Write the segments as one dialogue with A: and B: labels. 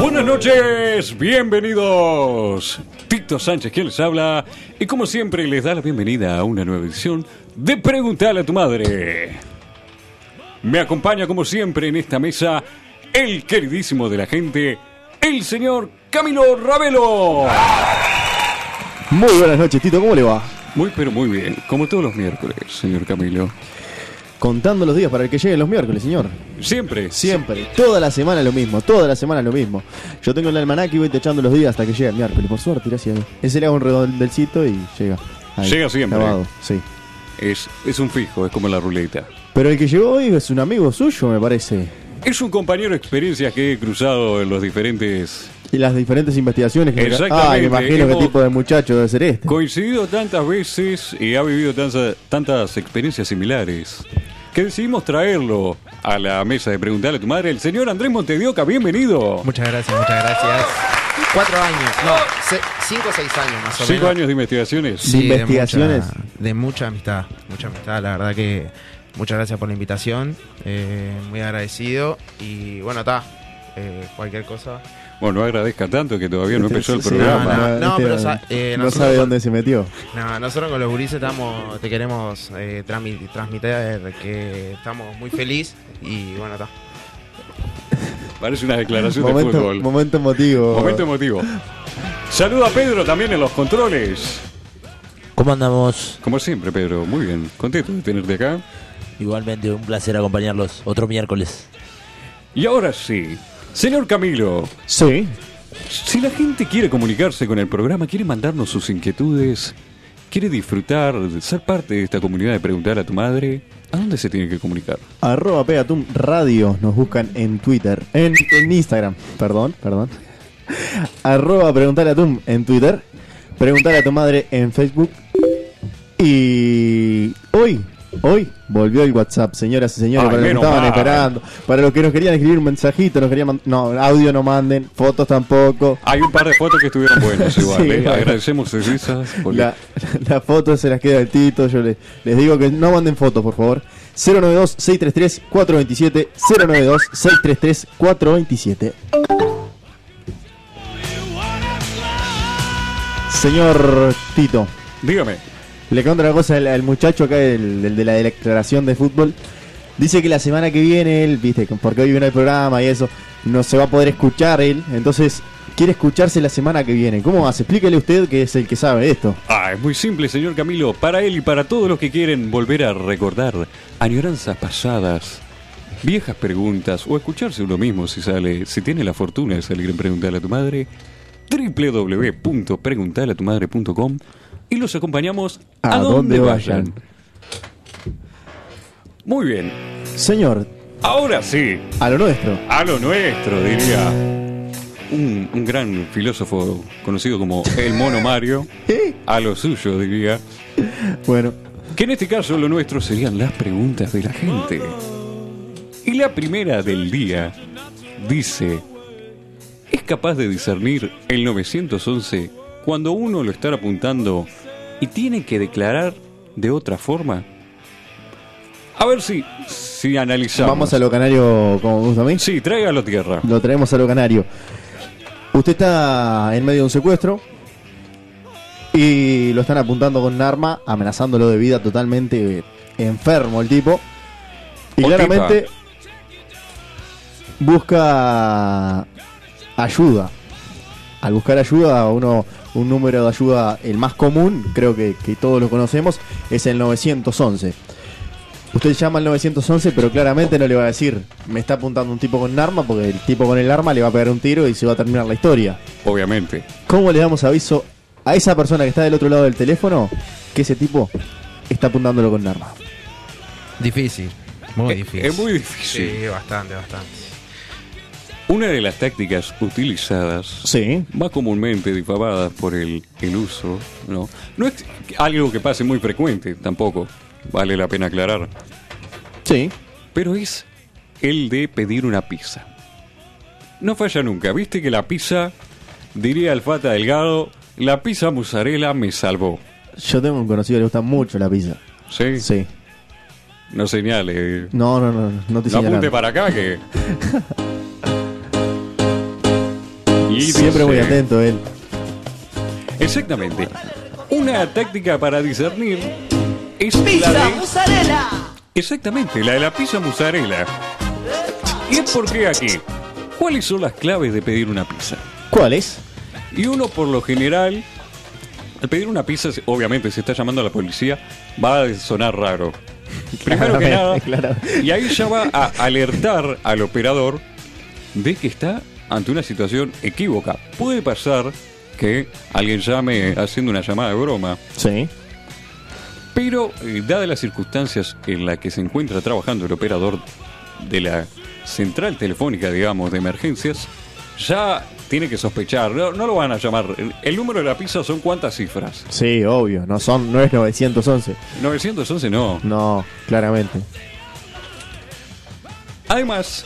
A: Buenas noches, bienvenidos. Tito Sánchez, quien les habla, y como siempre les da la bienvenida a una nueva edición de Preguntarle a tu madre. Me acompaña como siempre en esta mesa el queridísimo de la gente, el señor Camilo Ravelo.
B: Muy buenas noches, Tito, ¿cómo le va?
A: Muy pero muy bien, como todos los miércoles, señor Camilo.
B: Contando los días para que lleguen los miércoles, señor.
A: Siempre.
B: Siempre, toda la semana lo mismo, toda la semana lo mismo. Yo tengo el almanaque y voy techando los días hasta que llegue el miércoles. Por suerte, gracias a Dios. Ese le hago un redondelcito y llega.
A: Llega siempre.
B: grabado, sí.
A: Es, es un fijo, es como la ruleta.
B: Pero el que llegó hoy es un amigo suyo, me parece.
A: Es un compañero de experiencias que he cruzado en los diferentes...
B: Y las diferentes investigaciones que
A: Exactamente,
B: Ah, me imagino
A: hemos-
B: qué tipo de muchacho debe ser este.
A: Coincidido tantas veces y ha vivido tanza- tantas experiencias similares que decidimos traerlo a la mesa de preguntarle a tu madre, el señor Andrés Montedioca, bienvenido.
C: Muchas gracias, muchas gracias. Cuatro años, no, se- cinco o seis años más o
A: Cinco
C: menos.
A: años de investigaciones.
B: De investigaciones.
C: mucha- de mucha amistad, mucha amistad, la verdad que muchas gracias por la invitación, eh, muy agradecido y bueno, está, cualquier cosa.
A: Bueno, no agradezca tanto que todavía no empezó el
B: Sí,
A: programa.
C: no, no,
B: este
C: pero sa- eh,
B: no
C: nosotros-
B: sabe dónde se metió.
C: No, nosotros con los gurises estamos, te queremos eh, trami- transmitir que estamos muy feliz y bueno, está.
A: Parece una declaración de
B: Momento,
A: fútbol.
B: momento emotivo.
A: Momento emotivo. Saluda a Pedro también en los controles.
D: ¿Cómo andamos?
A: Como siempre, Pedro, muy bien. Contento de tenerte acá.
D: Igualmente, un placer acompañarlos otro miércoles.
A: Y ahora sí, señor Camilo,
B: Sí.
A: Si la gente quiere comunicarse con el programa, quiere mandarnos sus inquietudes, quiere disfrutar, ser parte de esta comunidad de preguntar a tu madre, ¿a dónde se tiene que comunicar?
B: Arroba Pegatum Radio nos buscan en Twitter, en, en Instagram, perdón, perdón. Arroba Preguntale a Tum en Twitter, Preguntale a tu madre en Facebook. Y hoy, hoy volvió el WhatsApp, señoras y señores,
A: Ay,
B: para los que
A: menos
B: estaban
A: mal.
B: esperando, para los que nos querían escribir un mensajito, nos querían mand- no, audio no manden, fotos tampoco.
A: Hay un par de fotos que estuvieron buenas igual,
B: Sí,
A: ¿eh?
B: bueno.
A: agradecemos esas. porque-
B: La, la foto se las queda el Tito. Yo le- les digo que no manden fotos, por favor. 092-633-427. 092-633-427. Señor Tito,
A: Dígame,
B: le cuento una cosa al, al muchacho acá, el, el de la declaración de fútbol. Dice que la semana que viene él, viste, porque hoy viene el programa y eso, no se va a poder escuchar él. Entonces, quiere escucharse la semana que viene. ¿Cómo hace? Explíquele usted que es el que sabe de esto.
A: ah, es muy simple, señor Camilo, para él y para todos los que quieren volver a recordar añoranzas pasadas, viejas preguntas o escucharse uno mismo si sale, si tiene la fortuna de salir en preguntar a tu madre, www.preguntalatumadre.com y los acompañamos a,
B: A
A: donde
B: donde
A: vayan.
B: vayan.
A: Muy bien,
B: Señor,
A: ahora sí,
B: a lo nuestro.
A: a lo nuestro, diría un, un gran filósofo conocido como el Mono Mario,
B: ¿Eh?
A: a lo suyo, diría.
B: Bueno,
A: Que en este caso lo nuestro serían las preguntas de la gente. Y la primera del día dice, ¿es capaz de discernir el 911 cuando uno lo está apuntando y tiene que declarar de otra forma? A ver si, si analizamos.
B: vamos a lo canario como me gusta a mí.
A: Sí, tráigalo a tierra.
B: Lo traemos a lo canario. Usted está en medio de un secuestro y lo están apuntando con un arma, amenazándolo de vida totalmente enfermo el tipo. Y
A: O
B: claramente
A: tipa.
B: busca ayuda. Al buscar ayuda, uno un número de ayuda, el más común, creo que, que todos lo conocemos, es el 911. Usted llama al 911, pero claramente no le va a decir, me está apuntando un tipo con un arma, porque el tipo con el arma le va a pegar un tiro y se va a terminar la historia.
A: Obviamente.
B: ¿Cómo le damos aviso a esa persona que está del otro lado del teléfono que ese tipo está apuntándolo con un arma?
C: Difícil, muy
A: Eh,
C: difícil.
A: es muy difícil.
C: Sí, bastante, bastante.
A: Una de las tácticas utilizadas
B: Sí.
A: más comúnmente difamadas por el, el uso, ¿no? No es algo que pase muy frecuente tampoco, vale la pena aclarar,
B: Sí.
A: pero es el de pedir una pizza. No falla nunca, viste que la pizza, diría el Fata Delgado, la pizza mozzarella me salvó.
B: Yo tengo un conocido que le gusta mucho la pizza.
A: ¿Sí?
B: Sí.
A: No señale.
B: No, no, no, no, no te
A: No apunte
B: señalaron.
A: para acá que. Y dice-
B: Siempre muy atento él.
A: Exactamente. Una táctica para discernir es la
E: Pizza,
A: de-
E: mozzarella,
A: Exactamente, la de la pizza mozzarella. ¿Y es porque aquí? ¿Cuáles son las claves de pedir una pizza?
B: ¿Cuál es?
A: Y uno por lo general, al pedir una pizza, se- obviamente se está llamando a la policía, va a sonar raro. Primero que
B: Claramente,
A: nada,
B: claro.
A: y ahí ya va a alertar al operador de que está ante una situación equívoca. Puede pasar que alguien llame haciendo una llamada de broma,
B: Sí.
A: pero eh, dadas las circunstancias en las que se encuentra trabajando el operador de la central telefónica, digamos, de emergencias, ya tiene que sospechar. No, no lo van a llamar. El- El número de la pizza son cuántas cifras.
B: Sí, obvio. No, son, no es 911.
A: 911 no.
B: No, claramente.
A: Además,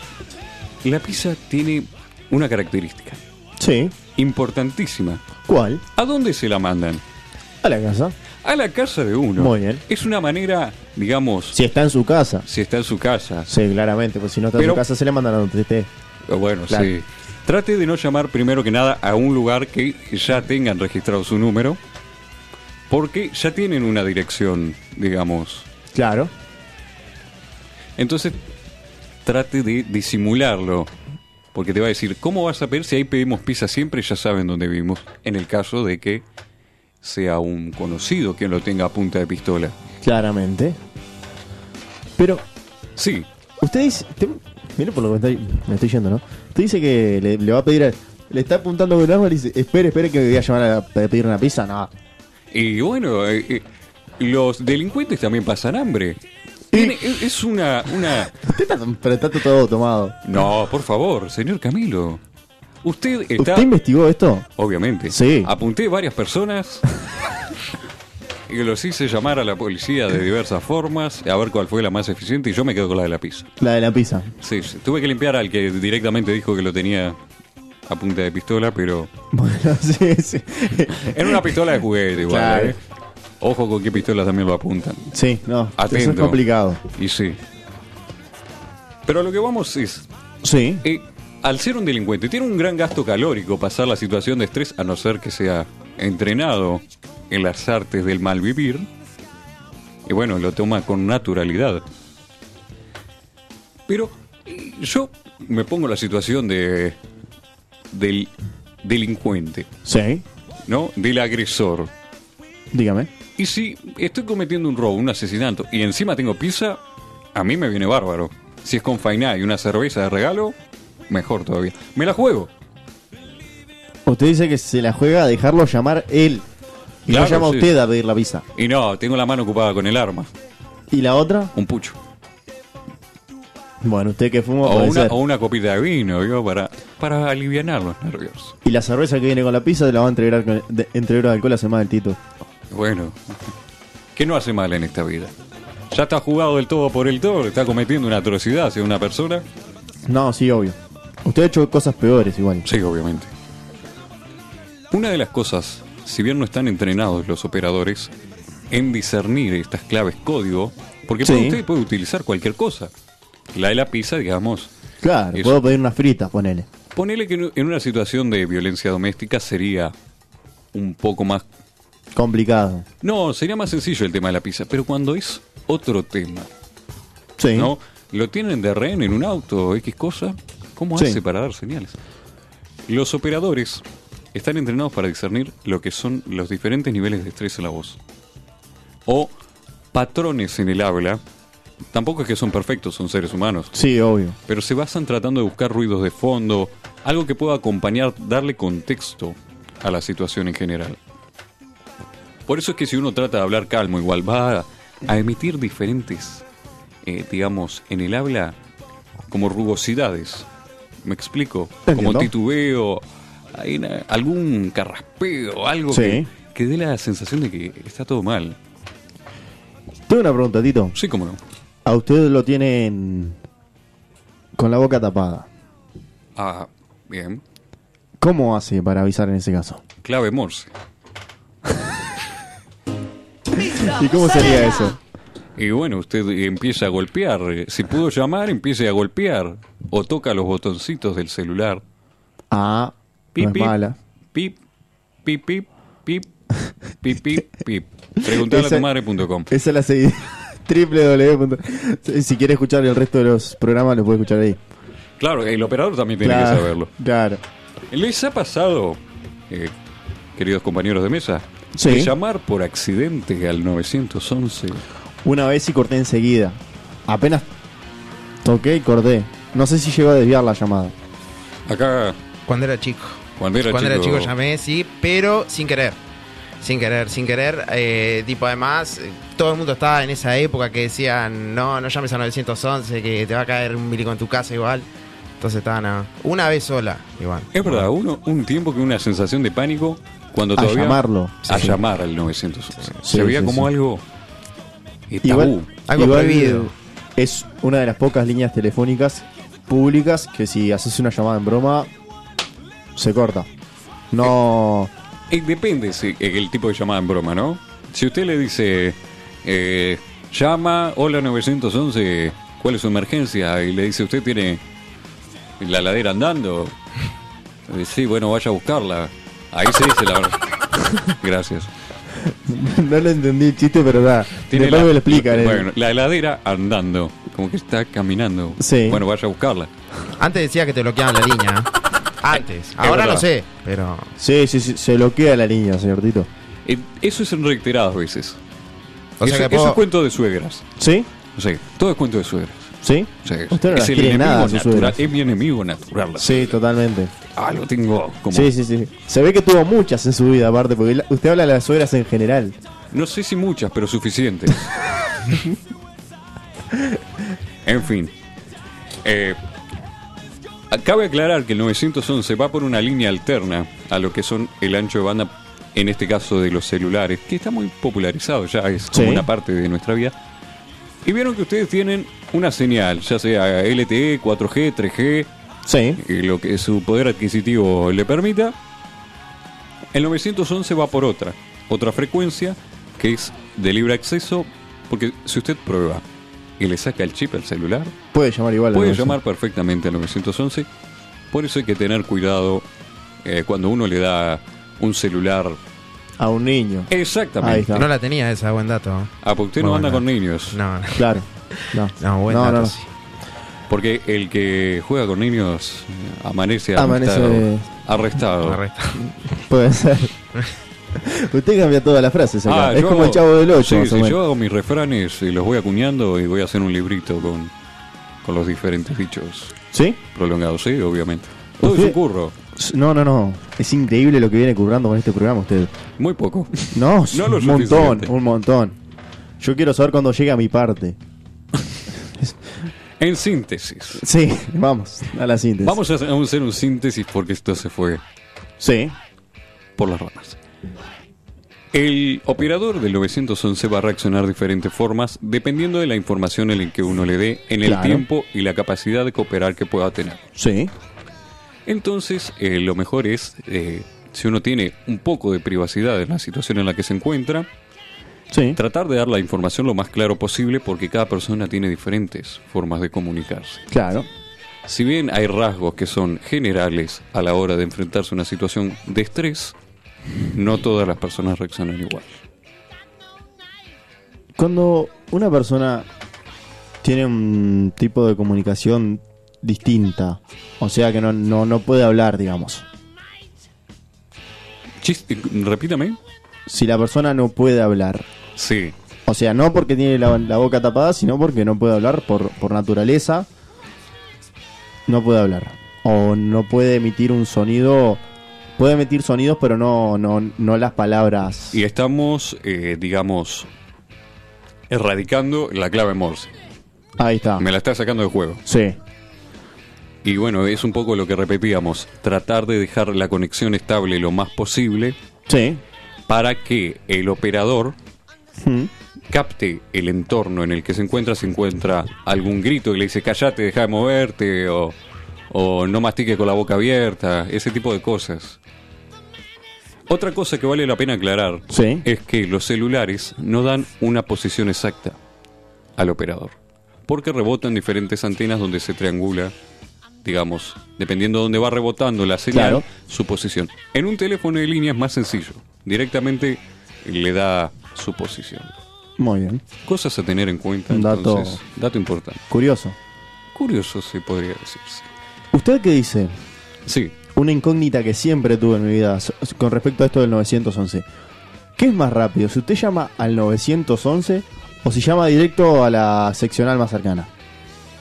A: la pizza tiene una característica
B: Sí.
A: importantísima.
B: ¿Cuál?
A: ¿A dónde se la mandan?
B: A la casa.
A: A la casa de uno.
B: Muy bien.
A: Es una manera, digamos,
B: Si está en su casa.
A: si está en su casa.
B: Sí, claramente. Pues si no está
A: Pero-
B: en su casa, se le mandan a donde esté.
A: O Bueno,
B: Claro.
A: sí. Trate de no llamar primero que nada a un lugar que ya tengan registrado su número, porque ya tienen una dirección, digamos.
B: Claro.
A: Entonces, trate de disimularlo, porque te va a decir, ¿cómo vas a pedir si ahí pedimos pizza siempre y ya saben dónde vivimos? En el caso de que sea un conocido quien lo tenga a punta de pistola.
B: Claramente. Pero,
A: Sí,
B: ustedes. te- mira por lo que me estoy, me estoy yendo, ¿no? Usted dice que le, le va a pedir. a- le está apuntando con el arma y le dice: Espere, espere, que voy a llamar a, a pedir una pizza. No.
A: Y bueno, eh, eh, los delincuentes también pasan hambre. Tiene- es- es una, una...
B: Usted está, pero está todo tomado.
A: No, por favor, señor Camilo. Usted está...
B: ¿Usted investigó esto?
A: Obviamente.
B: Sí.
A: Apunté varias personas y los hice llamar a la policía de diversas formas a ver cuál fue la más eficiente y yo me quedo con la de la pizza.
B: La de la pizza.
A: Sí, sí. tuve que limpiar al que directamente dijo que lo tenía a punta de pistola, pero...
B: Bueno, sí, sí.
A: Era una pistola de juguete igual,
B: Claro.
A: ¿eh? Ojo con qué pistolas también lo apuntan.
B: Sí, no. Eso
A: Atento.
B: es complicado.
A: Y sí. Pero a lo que vamos es,
B: Sí.
A: eh, al ser un delincuente, tiene un gran gasto calórico pasar la situación de estrés, a no ser que sea entrenado en las artes del mal vivir. Y bueno, lo toma con naturalidad. Pero eh, yo me pongo en la situación de del delincuente,
B: Sí.
A: ¿no? Del agresor.
B: Dígame.
A: Y si estoy cometiendo un robo, un asesinato, y encima tengo pizza, a mí me viene bárbaro. Si es con fainá y una cerveza de regalo, mejor todavía. Me la juego.
B: Usted dice que se la juega a dejarlo llamar él. Y
A: Claro,
B: lo llama a
A: sí.
B: usted a pedir la pizza.
A: Y no, tengo la mano ocupada con el arma,
B: ¿Y la otra?
A: un pucho.
B: Bueno, usted que fuma
A: O
B: puede
A: una,
B: ser.
A: o una copita de vino, ¿vio? Para, para aliviar los nervios.
B: Y la cerveza que viene con la pizza te la va a entregar con, de, entregar alcohol a semana del Tito.
A: Bueno, que no hace mal en esta vida. Ya está jugado del todo por el todo, está cometiendo una atrocidad hacia una persona.
B: No, sí, obvio. Usted ha hecho cosas peores igual.
A: Sí, obviamente. Una de las cosas, si bien no están entrenados los operadores en discernir estas claves código, porque
B: Sí.
A: usted puede utilizar cualquier cosa. La de la pizza, digamos.
B: Claro,
A: Eso.
B: puedo pedir unas fritas, ponele.
A: Ponele que en- en una situación de violencia doméstica sería un poco más...
B: Complicado.
A: No, sería más sencillo el tema de la pizza, pero cuando es otro tema,
B: Sí.
A: ¿no? Lo tienen de rehén en un auto o X cosa. ¿Cómo
B: Sí.
A: hace para dar señales? Los operadores están entrenados para discernir lo que son los diferentes niveles de estrés en la voz. O patrones en el habla. Tampoco es que son perfectos, son seres humanos.
B: Sí, obvio.
A: Pero se basan tratando de buscar ruidos de fondo, algo que pueda acompañar, darle contexto a la situación en general. Por eso es que si uno trata de hablar calmo, igual va a, a emitir diferentes, eh, digamos, en el habla, como rugosidades. ¿Me explico? Como
B: Entiendo.
A: titubeo, hay una- algún carraspeo, algo
B: Sí.
A: que, que dé la sensación de que está todo mal.
B: Tengo una pregunta, Tito.
A: Sí, cómo no.
B: A usted lo tienen con la boca tapada.
A: Ah, bien.
B: ¿Cómo hace para avisar en ese caso?
A: Clave Morse.
E: pizza,
B: ¿Y cómo sería
E: mozzarella,
B: eso?
A: Y bueno, usted empieza a golpear. Si pudo llamar, empiece a golpear. O toca los botoncitos del celular.
B: Ah,
A: Pip,
B: no es
A: pip,
B: mala.
A: Pip, pip, pip, pip, pip, pip, pip. Preguntale a tu
B: Esa-
A: madre.com.
B: Esa la seguí. www. Si- Si quieres escuchar el resto de los programas, lo puedes escuchar ahí.
A: Claro, el operador también tiene que saberlo.
B: Claro.
A: ¿Les ha pasado, eh, queridos compañeros de mesa,
B: Sí.
A: de llamar por accidente al 911?
B: Una vez y corté enseguida. Apenas toqué y corté. No sé si llegó a desviar la llamada.
A: Acá,
C: Cuando era chico.
A: cuando era
C: Cuando
A: chico,
C: era chico llamé, sí, pero sin querer. Sin querer, sin querer. eh, tipo, además, eh, todo el mundo estaba en esa época que decían, no, no llames a 911, que te va a caer un milico en tu casa igual. Entonces estaban a- una vez sola, igual.
A: Es verdad, uno, un tiempo que una sensación de pánico cuando
B: A
A: todavía...
B: llamarlo.
A: A
B: Sí.
A: llamar al 911.
B: Sí,
A: Se veía
B: sí,
A: como
B: sí.
A: algo eh, tabú.
B: Igual,
C: Algo
B: igual
C: prohibido.
B: Es una de las pocas líneas telefónicas públicas que si haces una llamada en broma, se corta. No.
A: Eh, depende si, eh, el tipo de llamada en broma, ¿no? Si usted le dice, eh, llama, hola 911, ¿cuál es su emergencia? Y le dice, ¿usted tiene la ladera andando? Eh, sí, bueno, vaya a buscarla. Ahí se dice la verdad. Gracias.
B: no le entendí el chiste, pero da.
A: Tiene
B: Después me lo explican. eh.
A: Bueno, la heladera andando. Como que está caminando.
B: Sí.
A: Bueno, vaya a buscarla.
C: Antes decía que te bloqueaban la línea. ¿eh? Antes. Ahora
A: verdad.
C: no sé, pero
B: Sí, sí, sí, se bloquea la línea, señor Tito.
A: Eh, eso es en reiteradas veces.
C: O sea
A: eso,
C: que
A: eso
C: puedo-
A: es cuento de suegras.
B: ¿Sí?
A: Sí, todo es cuento de suegras.
B: ¿Sí?
A: Sí, sí.
B: Usted no
A: es
B: las
A: el
B: quiere
A: enemigo
B: nada, sus
A: natural.
B: suegras.
A: Es mi enemigo natural. la
B: Sí, totalmente.
A: Ah, lo tengo como.
B: Sí, sí, sí. Se ve que tuvo muchas en su vida, aparte, porque la- usted habla de las suegras en general.
A: No sé si muchas, pero suficientes. en fin. Eh, cabe aclarar que el 911 va por una línea alterna a lo que son el ancho de banda, en este caso de los celulares, que está muy popularizado ya, es como
B: Sí.
A: una parte de nuestra vida. Y vieron que ustedes tienen una señal, ya sea E, LTE, 4G, 3G,
B: Sí.
A: y lo que su poder adquisitivo le permita. El 911 va por otra, otra frecuencia que es de libre acceso, porque si usted prueba y le saca el chip al celular,
B: Puede llamar igual.
A: puede
B: ¿no?
A: llamar perfectamente al 911. Por eso hay que tener cuidado eh, cuando uno le da un celular.
B: A un niño. Ahí
A: Exactamente.
B: está.
C: no la tenía esa, buen dato.
A: Ah, porque usted no
C: Bueno.
A: anda con niños.
C: No, no,
B: Claro. No,
C: no, buen
B: no,
C: dato.
B: no, no.
C: sí.
A: Porque el que juega con niños eh, amanece,
B: Amanece-
A: arrestado. arrestado.
C: Correcto.
B: Puede ser. Usted cambia todas las frases acá.
A: Ah,
B: es
A: yo
B: como
A: hago-
B: el chavo del 8,
A: Sí,
B: más o
A: sí,
B: menos.
A: yo hago mis refranes y los voy acuñando y voy a hacer un librito con, con los diferentes dichos
B: ¿Sí?
A: prolongados, sí, obviamente. Todo es
B: Usted-
A: un curro,
B: S- No, no, no. Es increíble lo que viene currando con este programa usted.
A: muy poco.
B: No, es
A: No lo
B: un montón,
A: suficiente.
B: un montón. Yo quiero saber cuándo llega mi parte.
A: En síntesis,
B: Sí, vamos, a la síntesis.
A: vamos a hacer vamos a hacer un síntesis porque esto se fue
B: Sí.
A: por las ramas. El operador del 911 va a reaccionar de diferentes formas dependiendo de la información en la que uno le dé, en el
B: Claro.
A: tiempo y la capacidad de cooperar que pueda tener.
B: Sí.
A: Entonces, eh, lo mejor es, eh, si uno tiene un poco de privacidad en la situación en la que se encuentra,
B: Sí.
A: tratar de dar la información lo más claro posible porque cada persona tiene diferentes formas de comunicarse.
B: Claro.
A: Si bien hay rasgos que son generales a la hora de enfrentarse a una situación de estrés, no todas las personas reaccionan igual.
B: Cuando una persona tiene un tipo de comunicación distinta, o sea que no, no, no puede hablar, digamos.
A: Chis- eh, repítame.
B: Si la persona no puede hablar,
A: Sí.
B: O sea, no porque tiene la, la boca tapada, sino porque no puede hablar por, por naturaleza. No puede hablar. O no puede emitir un sonido. Puede emitir sonidos, pero no, no, no las palabras.
A: Y estamos, eh, digamos, erradicando la clave Morse.
B: Ahí está.
A: Me la está sacando de juego.
B: Sí.
A: Y bueno, es un poco lo que repetíamos, tratar de dejar la conexión estable lo más posible
B: Sí.
A: para que el operador
B: Mm.
A: capte el entorno en el que se encuentra, si encuentra algún grito que le dice callate, deja de moverte o, o no mastique con la boca abierta, ese tipo de cosas. Otra cosa que vale la pena aclarar
B: Sí.
A: es que los celulares no dan una posición exacta. al operador. Porque rebota en diferentes antenas donde se triangula, digamos, dependiendo de dónde va rebotando la señal,
B: Claro.
A: su posición. En un teléfono de línea es más sencillo. Directamente le da su posición.
B: Muy bien.
A: Cosas a tener en cuenta,
B: Un dato-
A: entonces. Dato importante.
B: Curioso.
A: Curioso, se podría decirse.
B: ¿Usted qué dice?
A: Sí,
B: Una incógnita que siempre tuve en mi vida so- con respecto a esto del 911. ¿Qué es más rápido? ¿Si usted llama al 911 o si llama directo a la seccional más cercana?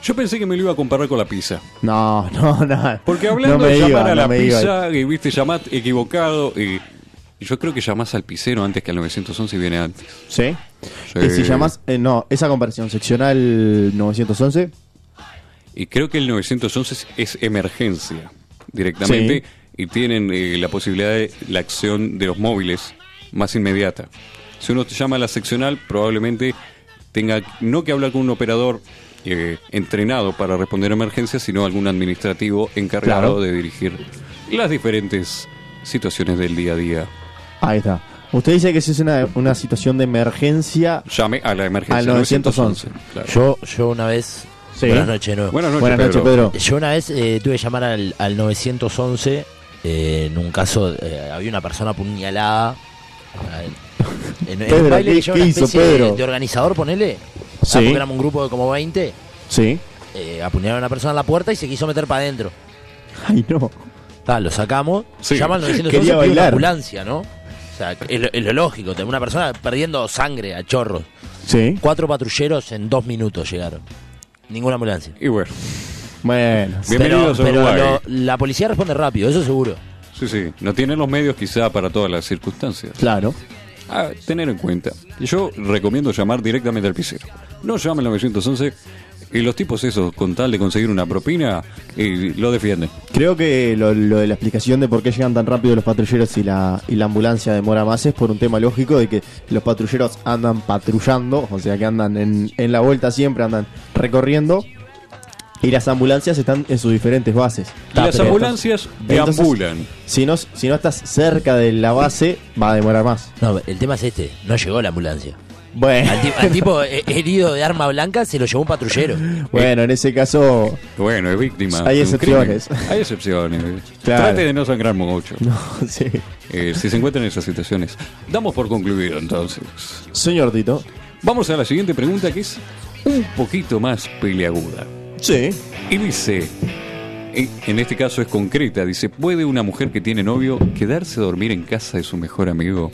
A: yo pensé que me lo iba a comparar con la pizza.
B: No, no, nada.
A: Porque hablando
B: No me
A: de llamar
B: iba,
A: a
B: no
A: la
B: me iba.
A: pizza, y viste, llamar equivocado. Y, y yo creo que llamás al pisero antes que al 911 viene antes.
B: ¿Sí?
A: Sí.
B: Que si llamas. eh, no, esa comparación, seccional 911.
A: Y creo que el 911 es- es emergencia directamente y tienen eh, la posibilidad de la acción de los móviles más inmediata. Si uno te llama a la seccional, probablemente tenga no que hablar con un operador eh, entrenado para responder a emergencias, sino algún administrativo encargado
B: Claro.
A: de dirigir las diferentes situaciones del día a día.
B: Ahí está. Usted dice que si es una, una situación de emergencia.
A: Llame a la emergencia.
B: Al 911.
A: Claro.
D: Yo, yo una vez.
B: Sí.
D: Buenas noches de nuevo.
A: Buenas noches,
B: Buenas noches,
A: Pedro.
B: Pedro.
D: Yo una vez eh, tuve que llamar al, al 911 eh, en un caso, eh, había una persona apuñalada. Eh, En- En,
B: Pedro,
D: un baile
B: ¿qué-
D: que yo
B: qué
D: era una
B: hizo
D: especie de-
B: Pedro?
D: De, organizador, ponele. Ah,
B: Sí.
D: porque éramos un grupo de como 20.
B: Sí.
D: eh, apuñalaron a una persona en la puerta y se quiso meter para adentro.
B: Ay, no.
D: Ta, lo sacamos,
A: Sí.
D: llama al 911
B: Quería
D: pide una
B: bailar.
D: ambulancia, ¿no? O sea, es lo, es lo lógico, tener una persona perdiendo sangre a chorros.
B: Sí.
D: Cuatro patrulleros en dos minutos llegaron. Ninguna ambulancia.
A: Y bueno,
B: Bueno.
A: bienvenidos
D: pero
A: a
D: pero
A: Uruguay.
D: lo- la policía responde rápido, eso seguro.
A: Sí, sí. No tienen los medios quizá para todas las circunstancias.
B: Claro.
A: A tener en cuenta. Yo recomiendo llamar directamente al pisero. No llame al 911. Y los tipos esos, con tal de conseguir una propina, y lo defienden.
B: Creo que lo, lo de la explicación de por qué llegan tan rápido los patrulleros y la, y la ambulancia demora más es por un tema lógico de que los patrulleros andan patrullando, o sea que andan en, en la vuelta siempre, andan recorriendo, y las ambulancias están en sus diferentes bases.
A: Las
B: Entonces-
A: ambulancias
B: entonces,
A: deambulan.
B: si, no, si no estás cerca de la base, va a demorar más.
D: No, el tema es este, no llegó la ambulancia.
B: Bueno,
D: Al, ti- al tipo eh, herido de arma blanca se lo llevó un patrullero.
B: bueno en ese caso,
A: Bueno, es víctima.
B: Hay
A: de un crimen.
B: excepciones.
A: Hay excepciones.
B: Claro.
A: Trate de no sangrar mucho.
B: no, sí.
A: Eh, si se encuentran en esas situaciones. Damos por concluido entonces.
B: Señor Tito.
A: Vamos a la siguiente pregunta que es un poquito más peleaguda.
B: Sí.
A: Y dice, en en este caso es concreta, dice, ¿puede una mujer que tiene novio quedarse a dormir en casa de su mejor amigo?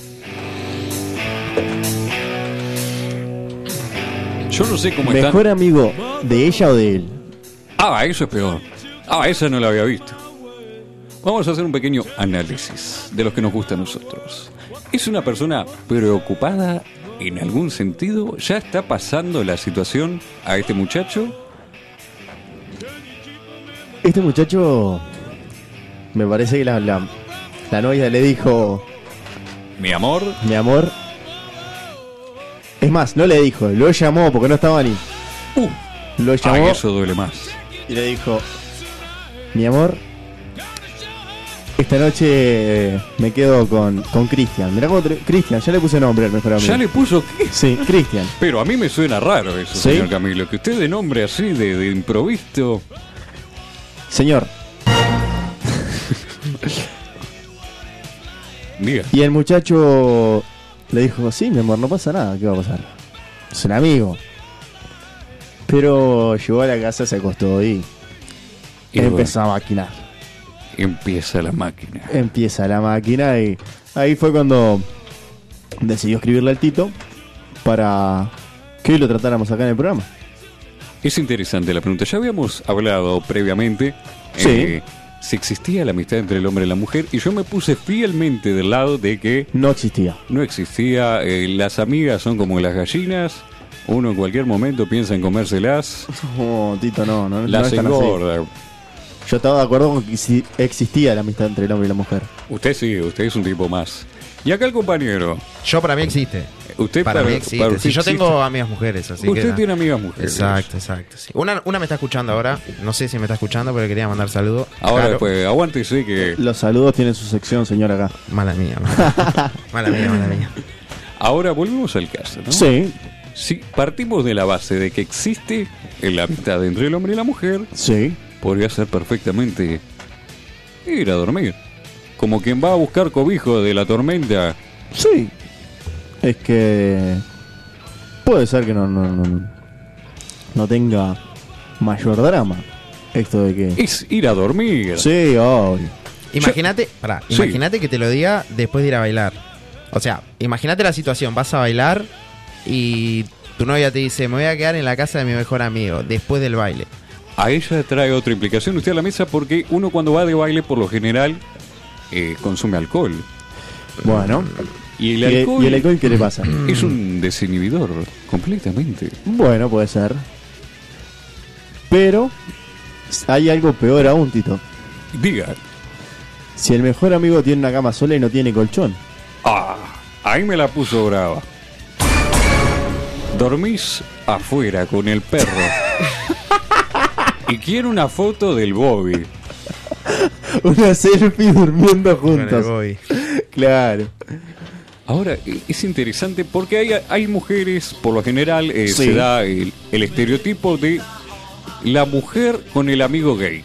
A: Yo no sé cómo está.
B: ¿Mejor amigo de ella o de él?
A: Ah, eso es peor. Ah, esa no la había visto. Vamos a hacer un pequeño análisis de los que nos gusta a nosotros. ¿Es una persona preocupada en algún sentido? ¿Ya está pasando la situación a este muchacho?
B: Este muchacho. Me parece que la, la, la novia le dijo,
A: Mi amor,
B: mi amor. Es más, no le dijo, lo llamó porque no estaba ni.
A: uh,
B: Lo
A: ay,
B: llamó
A: eso duele más.
B: y le dijo, mi amor. Esta noche eh, me quedo con con Cristian. Mirá cómo. te- Cristian, ya le puse nombre al mejor amigo.
A: Ya le puso qué.
B: Sí, Cristian.
A: Pero a mí me suena raro eso,
B: ¿Sí?
A: señor Camilo, que usted de nombre así, de, de improviso.
B: Señor.
A: Diga,
B: Y el muchacho le dijo, sí, mi amor, no pasa nada, ¿qué va a pasar? Es un amigo. Pero llegó a la casa, se acostó y,
A: Y
B: empezó a maquinar.
A: empieza la máquina.
B: Empieza la máquina y ahí fue cuando decidió escribirle al Tito para que hoy lo tratáramos acá en el programa.
A: Es interesante la pregunta. Ya habíamos hablado previamente
B: Sí.
A: eh, si existía la amistad entre el hombre y la mujer y yo me puse fielmente del lado de que
B: No existía.
A: no existía, eh, las amigas son como las gallinas, uno en cualquier momento piensa en comérselas,
B: No, Oh, Tito, no, no, no
A: las
B: es tan así.
A: engorda.
B: Yo estaba de acuerdo con que si existía la amistad entre el hombre y la mujer.
A: Usted sí, usted es un tipo más. Y acá el compañero,
C: Yo para mí existe.
A: Usted
C: para,
A: para-
C: mí existe.
A: para usted
C: Sí, yo
A: existe.
C: tengo amigas mujeres, así que.
A: usted tiene amigas mujeres.
C: Exacto, exacto. sí. Una, una me está escuchando ahora. No sé si me está escuchando, pero quería mandar saludos.
A: Ahora
C: Claro.
A: pues, aguántese que
B: Los saludos tienen su sección, señor, acá.
C: Mala mía, mala, mala mía, mala mía.
A: ahora volvemos al caso, ¿no?
B: Sí,
A: si partimos de la base de que existe en la mitad entre el hombre y la mujer,
B: Sí.
A: podría ser perfectamente ir a dormir. Como quien va a buscar cobijo de la tormenta.
B: Sí. Es que. Puede ser que no, no, no, no tenga mayor drama. Esto de que.
A: Es ir a dormir.
B: Sí, obvio.
C: Imagínate, pará,
A: Sí.
C: imagínate que te lo diga después de ir a bailar. O sea, imagínate la situación, vas a bailar y tu novia te dice, me voy a quedar en la casa de mi mejor amigo después del baile.
A: A ella trae otra implicación usted a la mesa porque uno cuando va de baile por lo general eh, consume alcohol.
B: Bueno.
A: Y el
B: ¿Y el-
A: alcohol,
B: ¿Y el alcohol qué le pasa?
A: es un desinhibidor completamente.
B: Bueno, puede ser. Pero. Hay algo peor aún, Tito.
A: Diga,
B: Si el mejor amigo tiene una cama sola y no tiene colchón.
A: ah, ahí me la puso brava. Dormís afuera con el perro. y quiero una foto del Bobby.
B: Una selfie durmiendo
C: Con el
B: juntos.
C: Bobby.
B: Claro.
A: Ahora, e- es interesante porque hay, hay mujeres, por lo general, eh,
B: Sí.
A: se da el, el estereotipo de la mujer con el amigo gay.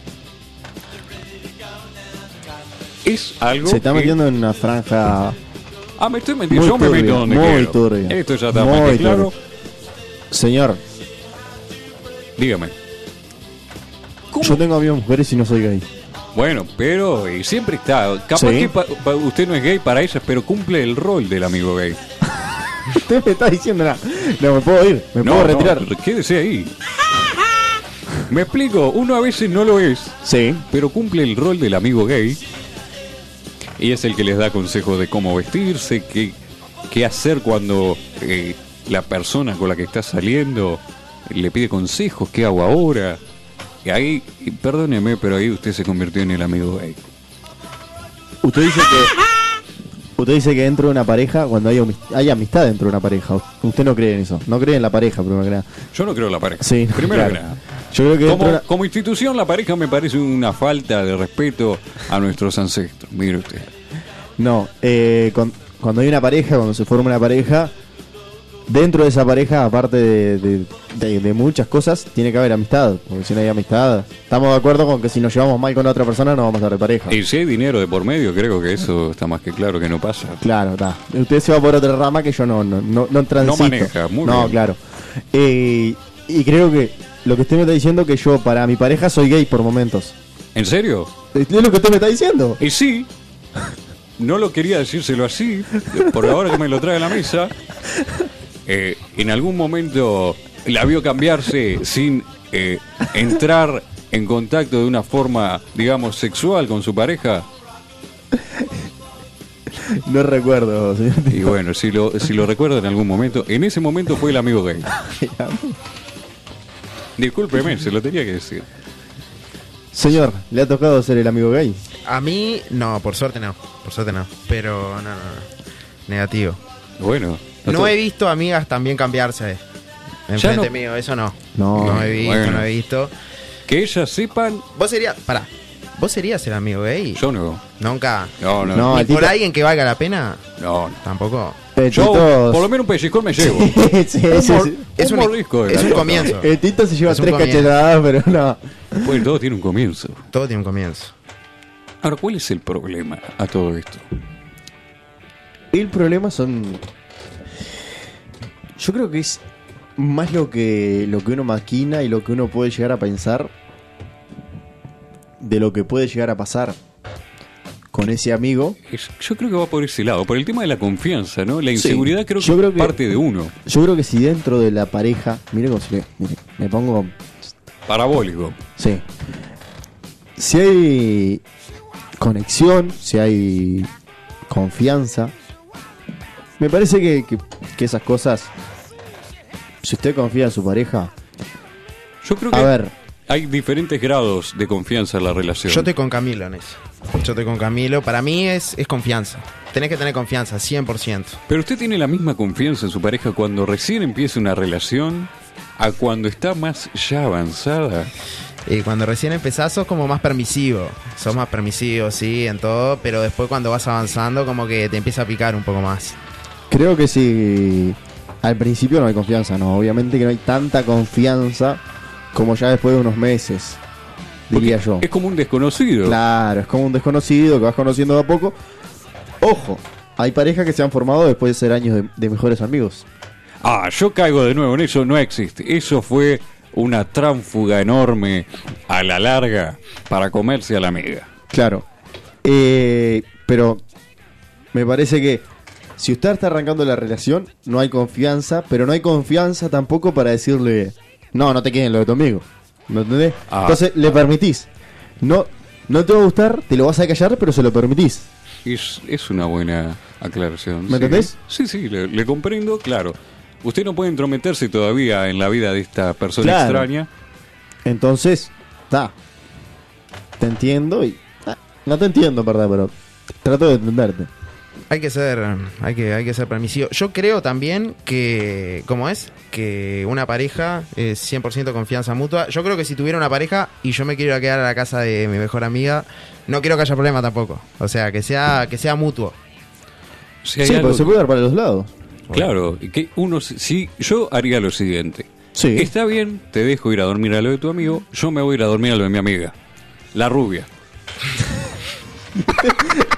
A: Es algo.
B: Se está
A: que-
B: metiendo en una franja.
A: Ah, me estoy metiendo. Yo
B: muy
A: me
B: turbia,
A: meto donde
B: muy
A: quiero.
B: turbia.
A: Esto ya está
B: Muy
A: más que claro.
B: Señor,
A: Dígame. ¿Cómo?
B: yo tengo amigos mujeres y no soy gay.
A: Bueno, pero eh, siempre está. Capaz
B: Sí.
A: que pa- pa- usted no es gay para ellas, pero cumple el rol del amigo gay.
B: Usted me está diciendo nada. No, me puedo ir, me puedo retirar.
A: no, quédese ahí. Me explico, uno a veces no lo es,
B: Sí.
A: pero cumple el rol del amigo gay. Y es el que les da consejos de cómo vestirse, qué, qué hacer cuando eh, la persona con la que está saliendo le pide consejos, qué hago ahora. Y ahí, y perdóneme, pero ahí usted se convirtió en el amigo gay.
B: Usted dice que. Usted dice que dentro de una pareja, cuando hay, amist- hay amistad dentro de una pareja, usted no cree en eso. No cree en la pareja, primero que nada.
A: Yo no creo en la pareja.
B: Sí,
A: Primero que
B: claro.
A: nada.
B: Yo creo que dentro de
A: Como,
B: una-
A: como institución, la pareja me parece una falta de respeto a nuestros ancestros. Mire usted.
B: No, eh, con- cuando hay una pareja, cuando se forma una pareja, dentro de esa pareja, aparte de, de- de- de muchas cosas, tiene que haber amistad. Porque si no hay amistad, estamos de acuerdo con que si nos llevamos mal con otra persona, no vamos a ser pareja.
A: Y si hay dinero de por medio, creo que eso está más que claro que no pasa.
B: Claro, está. Usted se va por otra rama que yo no, no, no, no transito.
A: maneja, muy
B: No,
A: bien.
B: claro. Eh, y creo que lo que usted me está diciendo que yo para mi pareja soy gay por momentos.
A: ¿En serio?
B: Es lo que usted me está diciendo.
A: Y sí, no lo quería decírselo así, por ahora que me lo trae a la mesa. eh, en algún momento la vio cambiarse sin eh, entrar en contacto de una forma, digamos, sexual con su pareja.
B: No recuerdo, señor.
A: Y bueno, si lo, si lo recuerda en algún momento, en ese momento fue el amigo gay. Discúlpeme, se lo tenía que decir.
B: Señor, ¿le ha tocado ser el amigo gay?
C: A mí, no, por suerte no, por suerte no, pero no, no, no. negativo.
A: Bueno,
C: No
A: te-
C: he visto amigas también cambiarse enfrente
A: no-
C: mío, eso no.
B: No.
C: no he visto,
A: Bueno.
C: no he visto.
A: que ellas sepan,
C: Vos serías, pará, vos serías el amigo gay.
A: yo no.
C: Nunca.
A: No, no,
B: No,
A: no.
C: ¿Y
B: el
C: por
B: Tito-
C: alguien que valga la pena?
A: no.
C: Tampoco.
B: El
A: Yo,
B: Eh, Tito-
A: por lo menos un pellizcón me llevo.
B: Sí, sí,
C: Un mor-
B: sí.
C: Es
A: Un
C: un,
A: mordisco de
C: es un
A: gato.
C: comienzo.
B: El Tito se lleva
C: Es un
B: tres
C: comienzo.
B: cachetadas, pero no.
A: Pues todo tiene un comienzo.
C: Todo tiene un comienzo.
A: Ahora, ¿cuál es el problema a todo esto?
B: El problema son. Yo creo que es más lo que, lo que uno maquina y lo que uno puede llegar a pensar de lo que puede llegar a pasar con ese amigo.
A: Es- Yo creo que va por ese lado, por el tema de la confianza, ¿no? La inseguridad creo, que
B: Yo creo que-
A: parte de uno,
B: Yo creo que si dentro de la pareja. Mire cómo se le. mire, me pongo.
A: parabólico.
B: Sí. Si hay conexión, si hay confianza, me parece que, que- que esas cosas, si usted confía en su pareja,
A: Yo creo que
B: a ver,
A: hay diferentes grados de confianza en la relación.
C: Yo estoy con Camilo en eso. Yo estoy con Camilo. Para mí es, es confianza. Tenés que tener confianza, 100%.
A: Pero usted tiene la misma confianza en su pareja cuando recién empieza una relación a cuando está más ya avanzada.
C: Y cuando recién empezás sos como más permisivo. Sos más permisivo, sí, en todo. Pero después cuando vas avanzando como que te empieza a picar un poco más.
B: creo que si Al principio no hay confianza, no. Obviamente que no hay tanta confianza como ya después de unos meses, diría yo.
A: Es como un desconocido.
B: Claro, es como un desconocido que vas conociendo de a poco. Ojo, hay parejas que se han formado después de ser años de, de mejores amigos.
A: Ah, yo caigo de nuevo en eso, no existe. Eso fue una tránfuga enorme a la larga para comerse a la amiga.
B: Claro. Eh, pero me parece que si usted está arrancando la relación, no hay confianza, pero no hay confianza tampoco para decirle, no, no te queden lo de tu amigo. ¿Me entendés?
A: Ah.
B: Entonces le permitís. No, no te va a gustar, te lo vas a callar, pero se lo permitís.
A: Es, es una buena aclaración.
B: ¿Me
A: sí.
B: entendés?
A: Sí, sí, le, le comprendo, claro. Usted no puede entrometerse todavía en la vida de esta persona
B: Claro.
A: extraña.
B: Entonces, está. Te entiendo y. ta. no te entiendo, en verdad, pero trato de entenderte.
C: Hay que ser, hay que, hay que ser permisivo. Yo creo también que, ¿cómo es? Que una pareja es 100% confianza mutua. Yo creo que si tuviera una pareja y yo me quiero ir a quedar a la casa de mi mejor amiga, no quiero que haya problema tampoco. O sea, que sea, que sea mutuo.
A: Si hay
B: Sí,
A: algo
B: pero se puede dar para los lados.
A: Claro, que uno si- si yo haría lo siguiente.
B: Sí.
A: Está bien, te dejo ir a dormir a lo de tu amigo, yo me voy a ir a dormir a lo de mi amiga, la rubia.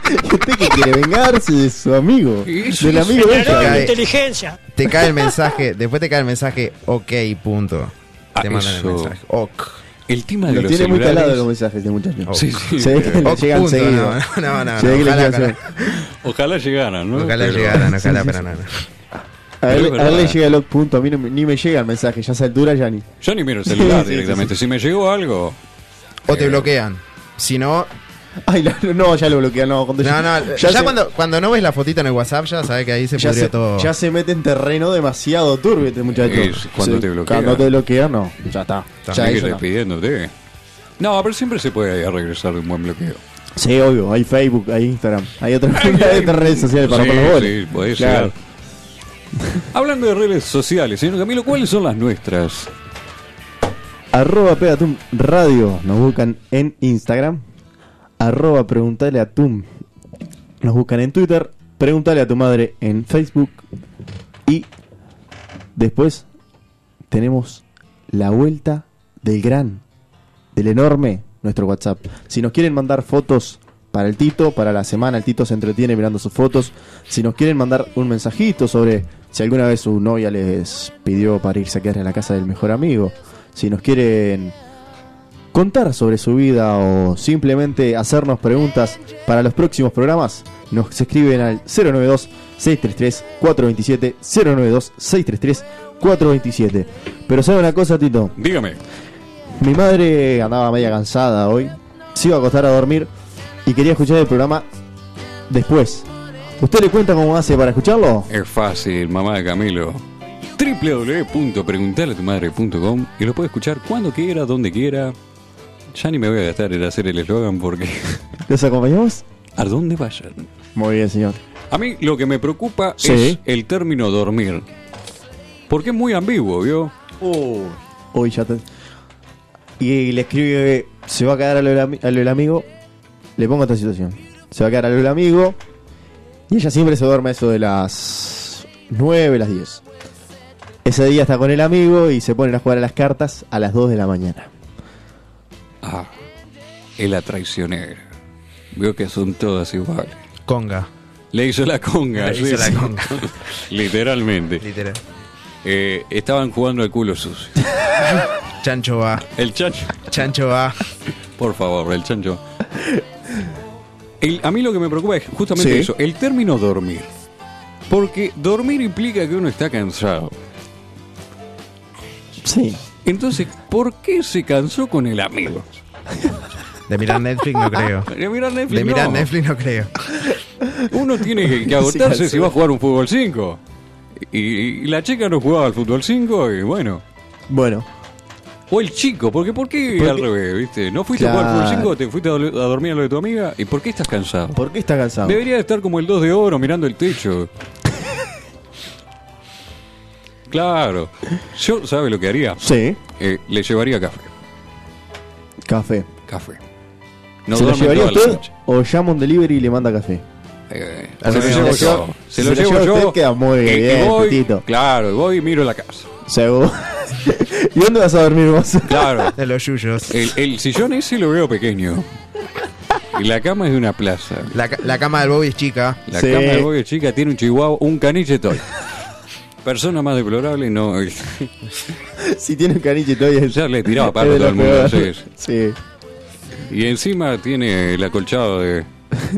B: Gente que quiere vengarse de su amigo.
A: Y eso
B: Del
A: es
B: amigo este. de
C: Claro,
B: ella.
C: eh.
E: inteligencia.
C: Te cae el mensaje, después te cae el mensaje, ok, punto.
A: Ah,
C: Te mandan
A: eso. Ah,
C: el mensaje. Ok.
A: El tema de
B: Lo
A: los
B: tiene muy
A: celulares-
B: calado los mensajes de muchacho.
A: Sí, sí,
B: Se ve que
A: pero-
B: le
C: Ok,
B: llegan
C: punto,
B: seguido.
C: no, no, no, no,
B: Se ve que le
C: ojalá,
B: llegan seguido.
A: ojalá llegaran, ¿no?
C: Ojalá
A: Pero-
C: llegaran, ojalá, pero no, no.
B: A él,
A: Pero es
B: a él le
A: verdad.
B: llega el ok punto, a mí no me- ni me llega el mensaje, ya a esa altura ya ni.
A: Yo ni miro el celular
B: Sí, sí,
A: directamente. Si me llegó algo,
C: O te bloquean. Si no,
B: Ay, la- no, ya lo bloquean, no, cuando
C: no, no. Ya,
B: se-
C: cuando, cuando no ves la fotita en el WhatsApp, ya sabes que ahí se
B: ya
C: pudrió
B: se,
C: todo.
B: ya se mete en terreno demasiado turbio este muchacho.
A: Es cuando te bloquea.
B: Cuando te bloquea, no, ya está. Ya
A: hay que
B: eso
A: ir
B: no.
A: despidiéndote. No, pero siempre se puede regresar de un buen bloqueo.
B: Sí, obvio, hay Facebook, hay Instagram, hay otras
A: Ay, ay,
B: hay otras redes sociales para
A: sí,
B: romper los goles.
A: sí, podés
B: Claro.
A: llegar. Hablando de redes sociales, señor Camilo, ¿cuáles son las nuestras?
B: Arroba Pegatum Radio, nos buscan en Instagram. Arroba Preguntale a Tum, nos buscan en Twitter. Preguntale a tu madre en Facebook. Y después tenemos la vuelta del gran, del enorme, nuestro WhatsApp. Si nos quieren mandar fotos para el Tito, para la semana, el Tito se entretiene mirando sus fotos. Si nos quieren mandar un mensajito sobre si alguna vez su novia les pidió para irse a quedar en la casa del mejor amigo. Si nos quieren contar sobre su vida o simplemente hacernos preguntas para los próximos programas, nos escriben al 092-633-427, 092-633-427. Pero sabe una cosa, Tito,
A: Dígame.
B: mi madre andaba media cansada hoy, se iba a acostar a dormir y quería escuchar el programa después. ¿Usted le cuenta cómo hace para escucharlo?
A: Es fácil, mamá de Camilo. www.preguntaleatumadre.com y lo puede escuchar cuando quiera, donde quiera. Ya ni me voy a gastar en hacer el eslogan porque
B: ¿Los acompañamos?
A: a dónde vayan.
B: Muy bien, señor.
A: A mí lo que me preocupa
B: Sí.
A: es el término dormir. Porque es muy ambiguo, ¿vio?
B: Uh. Uy, ya te- Y le escribe, se va a quedar a lo, del ami- a lo del amigo. Le pongo esta situación. Se va a quedar a lo del amigo. Y ella siempre se duerme eso de las 9, las 10. Ese día está con el amigo y se ponen a jugar a las cartas a las 2 de la mañana.
A: Ah, es la traicionera. Veo que son todas iguales.
C: Conga.
A: Le hizo la conga.
C: Le hizo
A: sí,
C: la
A: sí.
C: conga.
A: Literalmente.
C: Literal.
A: Eh, estaban jugando al culo sucio.
C: Chancho va.
A: El chancho.
C: Chancho va.
A: Por favor, el chancho. El- a mí lo que me preocupa es justamente
B: Sí.
A: eso, el término dormir. Porque dormir implica que uno está cansado.
B: Sí.
A: Entonces, ¿por qué se cansó con el amigo?
C: De mirar Netflix no creo.
A: De mirar Netflix.
C: De mirar
A: no.
C: Netflix no creo.
A: Uno tiene que, que agotarse si va a jugar un fútbol 5. Y, y la chica no jugaba al fútbol 5 y bueno.
B: Bueno,
A: O el chico, porque ¿por qué
B: Porque-
A: al revés? ¿Viste? ¿No fuiste a jugar al
B: Claro.
A: fútbol 5? ¿Te fuiste a dol- a dormir a lo de tu amiga? ¿Y por qué estás cansado?
B: ¿por qué está cansado?
A: Debería estar como el 2 de oro mirando el techo. claro. Yo, ¿sabe lo que haría?
B: Sí,
A: Eh, le llevaría café.
B: café.
A: Café. No
B: ¿Se lo
A: duermen
B: llevaría
A: toda la
B: usted
A: noche.
B: o llama un delivery y le manda café?
A: eh,
B: Ah,
A: se,
B: no,
A: lo llevo
B: no,
A: yo,
B: no.
A: se lo llevo yo.
B: usted, queda muy
A: y- y
B: bien,
A: voy,
B: Petito.
A: Claro, y voy y miro la casa.
B: Seguro. ¿Y dónde vas a dormir vos?
A: Claro.
C: De los yuyos.
A: El, el sillón ese lo veo pequeño. Y la cama es de una plaza.
C: La, ca- la cama del Bobby es chica.
A: La
B: Sí.
A: cama de Bobby Chica tiene un chihuahua, un caniche toy. Persona más deplorable, no.
B: si tiene un caniche todavía. es-
A: Ya le
B: es
A: tiraba paro
B: de
A: a todo el
B: lo
A: mundo.
B: peor.
A: sí,
B: Sí.
A: sí. Y encima tiene el acolchado de.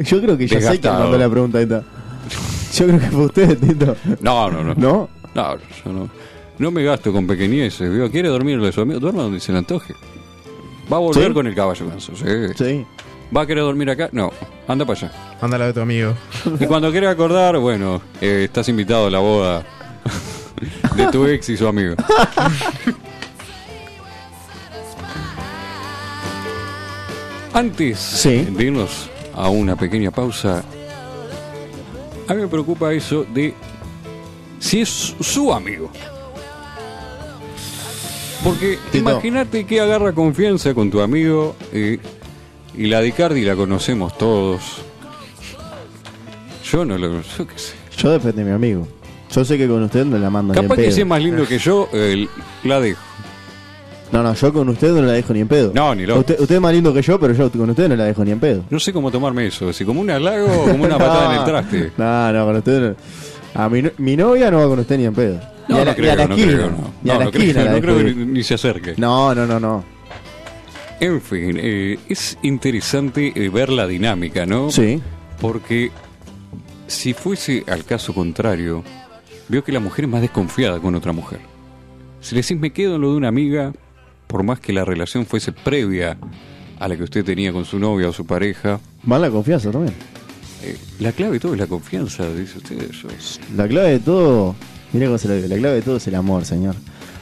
B: Yo creo que ya sé quién
A: Desgastado.
B: mandó la pregunta esta. Yo creo que fue usted, Tito.
A: No, no, no.
B: ¿No?
A: No, yo no. No me gasto con pequeñeces. digo, ¿Quiere dormir de su amigo? Duerma donde se le antoje. Va a volver
B: ¿Sí?
A: con el caballo manso. sí.
B: Sí.
A: ¿Va a querer dormir acá? No. Anda para allá.
C: Ándala de tu amigo.
A: Y cuando quiera acordar, bueno, eh, estás invitado a la boda de tu ex y su amigo. Antes
B: Sí.
A: de irnos a una pequeña pausa, a mí me preocupa eso de si es su amigo. Porque
B: Tito.
A: imagínate que agarra confianza con tu amigo eh, y la de Cardi la conocemos todos. Yo no lo. Yo qué sé.
B: Yo depende de mi amigo. Yo sé que con usted no la mando ni
A: Capaz
B: en
A: que
B: pedo.
A: si es más lindo que yo, eh, la dejo.
B: No, no, yo con usted no la dejo ni en pedo.
A: No, ni loco.
B: Usted, usted es más lindo que yo, pero yo con usted no la dejo ni en pedo.
A: No sé cómo tomarme eso. Si como un halago o como una patada en el traste.
B: No, no, con usted no. A mi, no- mi novia no va con usted ni en pedo.
A: No,
B: ni
A: no
B: a la, ni a
A: creo,
B: la
A: no
B: esquina.
A: creo. No,
B: Ni a
A: No,
B: la
A: no creo,
B: esquina. la
A: no
B: dejo
A: creo que
B: ir.
A: ni, ni se acerque.
B: no, no, no, no.
A: En fin, eh, es interesante eh, ver la dinámica, ¿no?
B: Sí.
A: Porque si fuese al caso contrario, veo que la mujer es más desconfiada con otra mujer. Si le decís me quedo en lo de una amiga, por más que la relación fuese previa a la que usted tenía con su novia o su pareja,
B: Mala confianza también.
A: eh, la clave de todo es la confianza, dice usted. Yo-
B: La clave de todo. Mirá cómo se lo digo. La clave de todo es el amor, señor.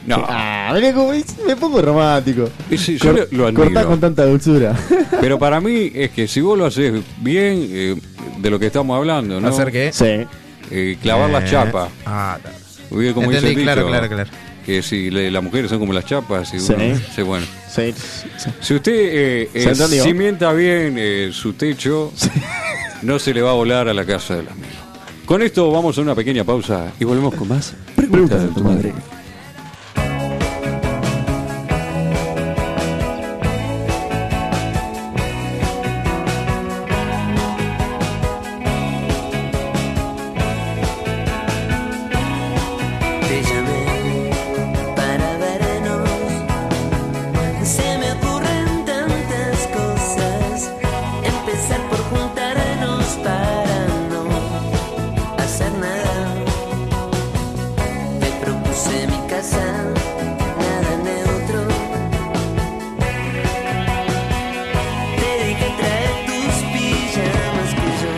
A: No,
B: Ah, mirá cómo es- me pongo romántico.
A: Y sí, yo lo- lo admiro.
B: cortá con tanta dulzura.
A: pero para mí es que si vos lo haces bien, eh, de lo que estamos hablando, ¿no?
C: ¿Hacer qué?
B: sí.
A: Eh, clavar las
C: Eh,
A: chapas.
C: Ah, ta-
A: Porque Como dice
C: Entendí,
A: el dicho,
C: claro, claro, claro.
A: Que si le- las mujeres son como las chapas, y
B: Sí.
A: uno dice, bueno.
B: Sí. sí.
A: Si usted eh, eh,
B: ¿Se entendió?
A: cimienta bien eh, su techo, no se le va a volar a la casa del amigo. Con esto vamos a una pequeña pausa y volvemos con más.
B: Preguntas de tu madre.
E: Te llamé para veranos. Se me ocurren tantas cosas. Empezar por juntarnos para no hacer nada. Te propuse mi casa, nada neutro. Te dije traer tus pijamas que yo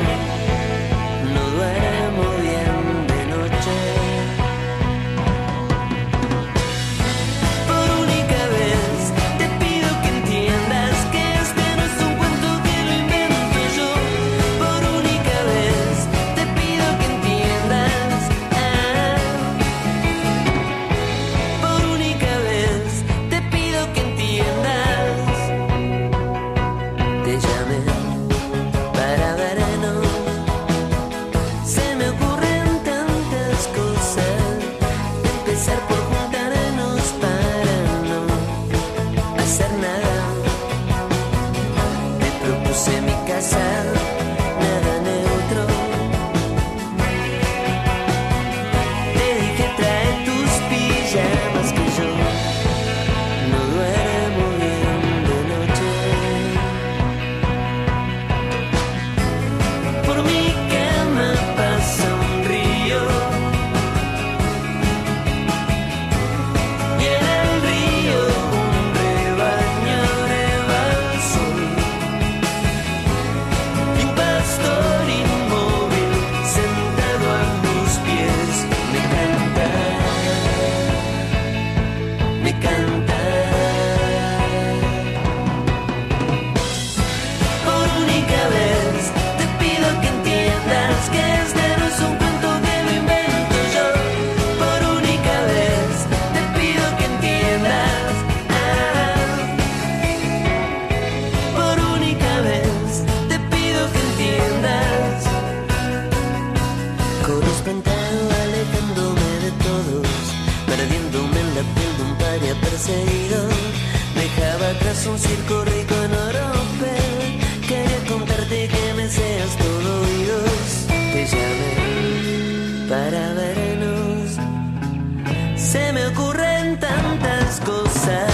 E: no duermo bien de noche. Por única vez te pido que entiendas que este no es un cuento que lo invento yo. Por única vez te pido que entiendas. ah. Por única vez te pido que entiendas. Te llamé para verano. Se me ocurren tantas cosas. Empezar por juntarnos para no hacer nada. Te propuse mi casa, nada neutro. Te dije trae tus pijamas que yo no duermo bien de noche. Por mi cama pasa un río y en el río un rebaño de sol este Ah.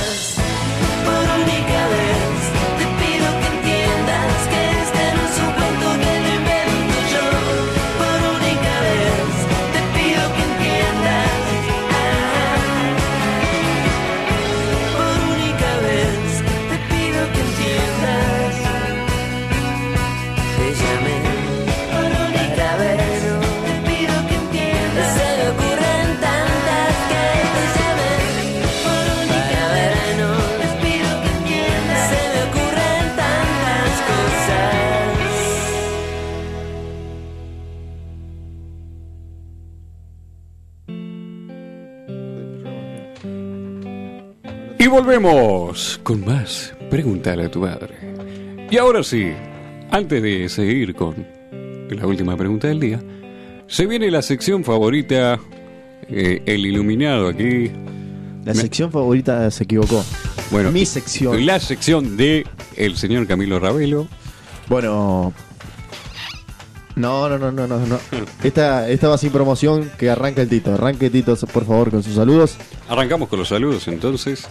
E: este
A: Y volvemos con más Pregúntale a tu padre. Y ahora sí, antes de seguir con la última pregunta del día, se viene la sección favorita, eh, el iluminado aquí.
B: La sección favorita se equivocó.
A: Bueno,
B: mi sección.
A: La sección de el señor Camilo Ravelo.
B: Bueno. No, no, no, no, no. no. Esta, esta va sin promoción. Que arranque el Tito. Arranque Tito, por favor, con sus saludos.
A: Arrancamos con los saludos entonces.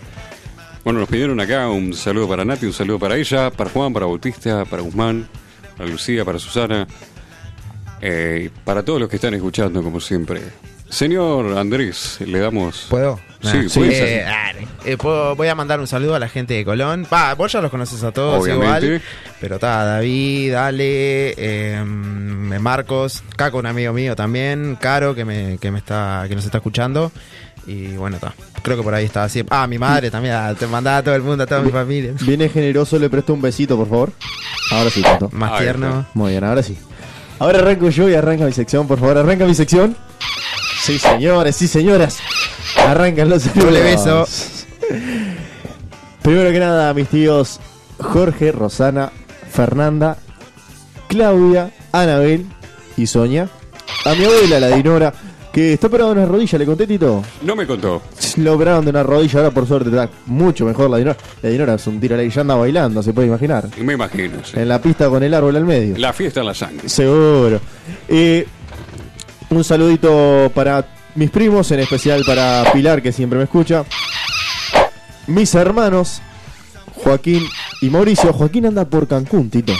A: Bueno, nos pidieron acá un saludo para Nati, un saludo para ella, para Juan, para Bautista, para Guzmán, para Lucía, para Susana, eh, para todos los que están escuchando, como siempre. Señor Andrés, le damos.
C: ¿Puedo?
A: Sí,
C: Ah,
A: puedes
C: eh,
A: hacer.
C: dale. Eh, puedo- voy a mandar un saludo a la gente de Colón. Va, vos ya los conoces a todos
A: Obviamente.
C: igual. Pero está, David, Ale, eh, Marcos, Caco, un amigo mío también, Caro, que me, que me está, que nos está escuchando. Y bueno, está. Creo que por ahí está así. Ah, mi madre también, ah, te mandaba a todo el mundo, a toda mi familia.
B: Viene generoso, le presto un besito, por favor. Ahora sí, Tito.
C: Más
A: Ahí
C: tierno.
B: Muy bien, ahora sí. Ahora arranco yo y arranca mi sección, por favor, arranca mi sección. Sí, señores, sí, señras. Arrancan los saludos.
C: Doble beso.
B: Primero que nada, mis tíos Jorge, Rosana, Fernanda, Claudia, Anabel y Sonia. A mi abuela, la Dinora, que está operada de una rodilla, le conté, Tito.
A: No me contó.
B: Lo operaron de una rodilla, ahora por suerte está mucho mejor la Dinora. La Dinora es un tiro al aire, ya anda bailando, se puede imaginar.
A: Me imagino. sí.
B: En la pista con el árbol al medio.
A: La fiesta en la sangre.
B: Seguro. Eh, un saludito para mis primos, en especial para Pilar, que siempre me escucha. Mis hermanos, Joaquín y Mauricio. Joaquín anda por Cancún, Tito.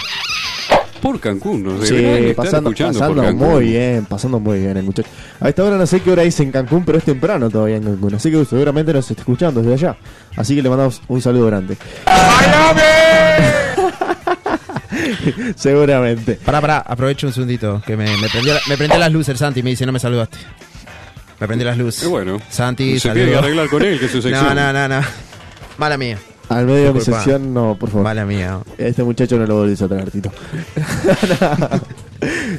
A: Por Cancún, nos
B: Sí,
A: deberían estar
B: pasando,
A: escuchando
B: pasando
A: por Cancún.
B: muy bien, pasando muy bien el muchacho. A esta hora no sé qué hora es en Cancún, pero es temprano todavía en Cancún. Así que seguramente nos está escuchando desde allá. Así que le mandamos un saludo grande. seguramente.
C: Pará, pará, aprovecho un segundito. Que me, me, prendió la- me prendí las luces el Santi me dice, no me saludaste. Me prendí las luces.
A: Y bueno,
C: Santi,
A: se tiene que
C: saludo.
A: arreglar con él, que es su
C: No,
A: sección.
C: no, no, no. Mala mía.
B: Al medio de mi
C: Disculpa.
B: sección, no, por favor.
C: Mala mía.
B: Este muchacho no lo volvés a traer, Tito.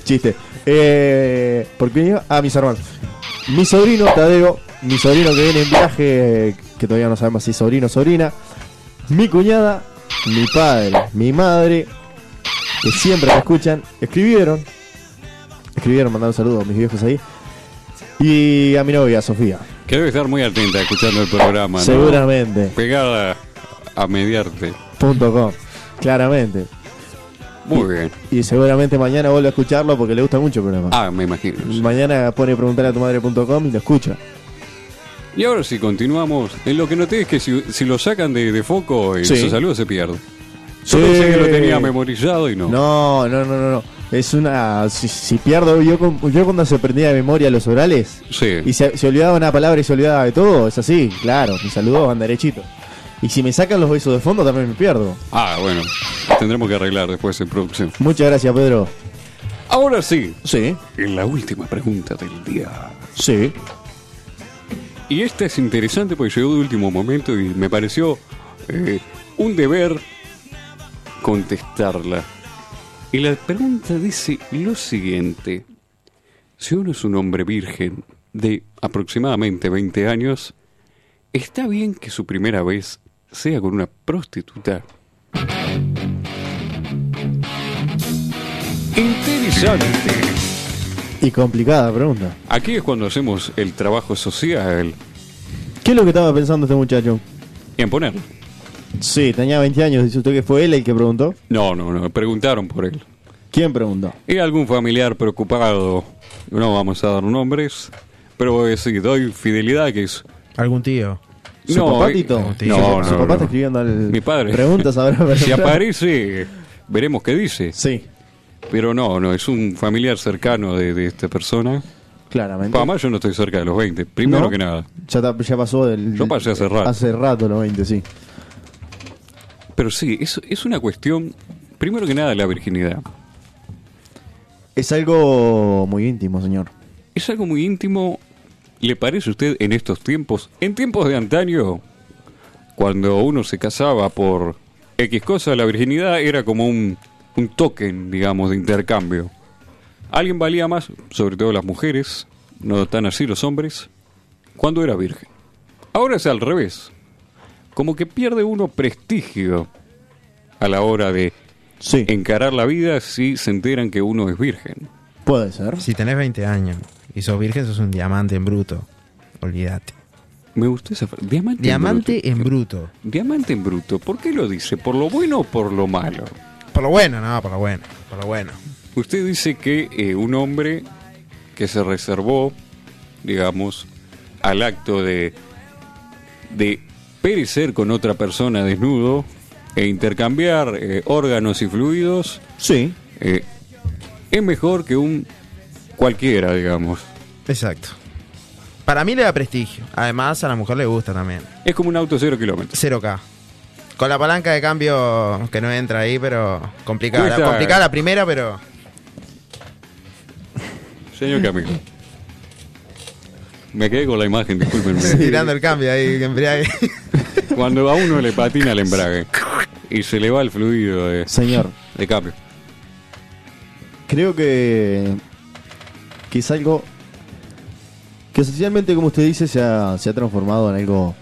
B: Chiste. Eh, ¿Por qué iba? Ah, mis hermanos. Mi sobrino, Tadeo. Mi sobrino que viene en viaje, que todavía no sabemos si es sobrino o sobrina. Mi cuñada, mi padre, mi madre, que siempre me escuchan. Escribieron. Escribieron, mandaron saludos a mis viejos ahí. Y a mi novia, Sofía.
A: Que debe estar muy atenta escuchando el programa. ¿no?
B: Seguramente.
A: Pegada a mediarte.
B: Punto com. Claramente.
A: Muy bien.
B: Y seguramente mañana vuelve a escucharlo porque le gusta mucho el programa.
A: Ah, me imagino.
B: Pues Mañana pone preguntar a tu madre.com y lo escucha.
A: Y ahora si continuamos, en lo que noté es que si, si lo sacan de, de foco, eh,
B: Sí.
A: su salud se pierde. Yo pensé que lo tenía memorizado y no.
B: Eh, No, no, no, no. no. Es una. Si, si pierdo, yo, con- yo cuando se prendía de memoria los orales
A: Sí.
B: y se, se olvidaba una palabra y se olvidaba de todo, es así, claro. Mi saludo van derechito. Y si me sacan los besos de fondo, también me pierdo.
A: Ah, bueno. Tendremos que arreglar después en producción.
B: Muchas gracias, Pedro.
A: Ahora sí,
B: Sí,
A: en la última pregunta del día.
B: sí.
A: Y esta es interesante porque llegó de último momento y me pareció eh, un deber contestarla. Y la pregunta dice lo siguiente. Si uno es un hombre virgen de aproximadamente 20 años, ¿está bien que su primera vez sea con una prostituta? Interesante.
B: Y complicada pregunta.
A: Aquí es cuando hacemos el trabajo social
B: ¿Qué es lo que estaba pensando este muchacho?
A: y en poner.
B: Sí, tenía 20 años. Dice usted que fue él el que preguntó.
A: No, no, no, preguntaron por él.
B: ¿Quién preguntó?
A: Y algún familiar preocupado, no vamos a dar nombres, pero voy a decir, doy fidelidad que es...
C: ¿Algún tío?
B: ¿Su
A: no,
B: papá,
A: eh,
B: Tito?
A: No,
B: ¿Su-
A: no,
B: ¿Su papá
A: no.
B: está escribiendo al...
A: Mi padre.
B: preguntas ahora?
A: Si aparece, veremos qué dice.
B: Sí,
A: Pero no, no, es un familiar cercano de, de esta persona.
B: claramente.
A: Además, yo no estoy cerca de los 20, primero
B: ¿No?
A: que nada.
B: Ya, ta- ya pasó del...
A: Yo pasé hace rato.
B: Hace rato los 20, sí.
A: Pero sí, es, es una cuestión, primero que nada, la virginidad.
B: Es algo muy íntimo, señor.
A: Es algo muy íntimo, ¿le parece a usted en estos tiempos? En tiempos de antaño, cuando uno se casaba por X cosa, la virginidad era como un, un token, digamos, de intercambio. Alguien valía más, sobre todo las mujeres, no tan así los hombres, cuando era virgen. Ahora es al revés. como que pierde uno prestigio a la hora de
B: Sí,
A: encarar la vida si se enteran que uno es virgen.
B: puede ser.
C: Si tenés 20 años y sos virgen, sos un diamante en bruto. Olvídate.
A: Me gustó esa frase. Diamante, en
C: Diamante
A: bruto.
C: en bruto.
A: Diamante en bruto. ¿Por qué lo dice? ¿Por lo bueno o por lo malo?
C: Por lo bueno, no, por lo bueno. Por lo bueno.
A: Usted dice que eh, un hombre que se reservó, digamos, al acto de, de perecer con otra persona desnudo e intercambiar eh, órganos y fluidos,
B: Sí,
A: eh, es mejor que un cualquiera, digamos.
C: Exacto. Para mí le da prestigio. Además, a la mujer le gusta también.
A: Es como un auto cero kilómetros.
C: 0K. Con la palanca de cambio que no entra ahí, pero complicada.
A: Cuesta-
C: Complicada la primera, pero
A: Señor Camilo. Me quedé con la imagen, discúlpenme.
C: tirando el cambio ahí. que embriague.
A: Cuando a uno le patina el embrague y se le va el fluido de,
B: señor.
A: de cambio.
B: Creo que, que es algo que socialmente, como usted dice, se ha, se ha transformado en algo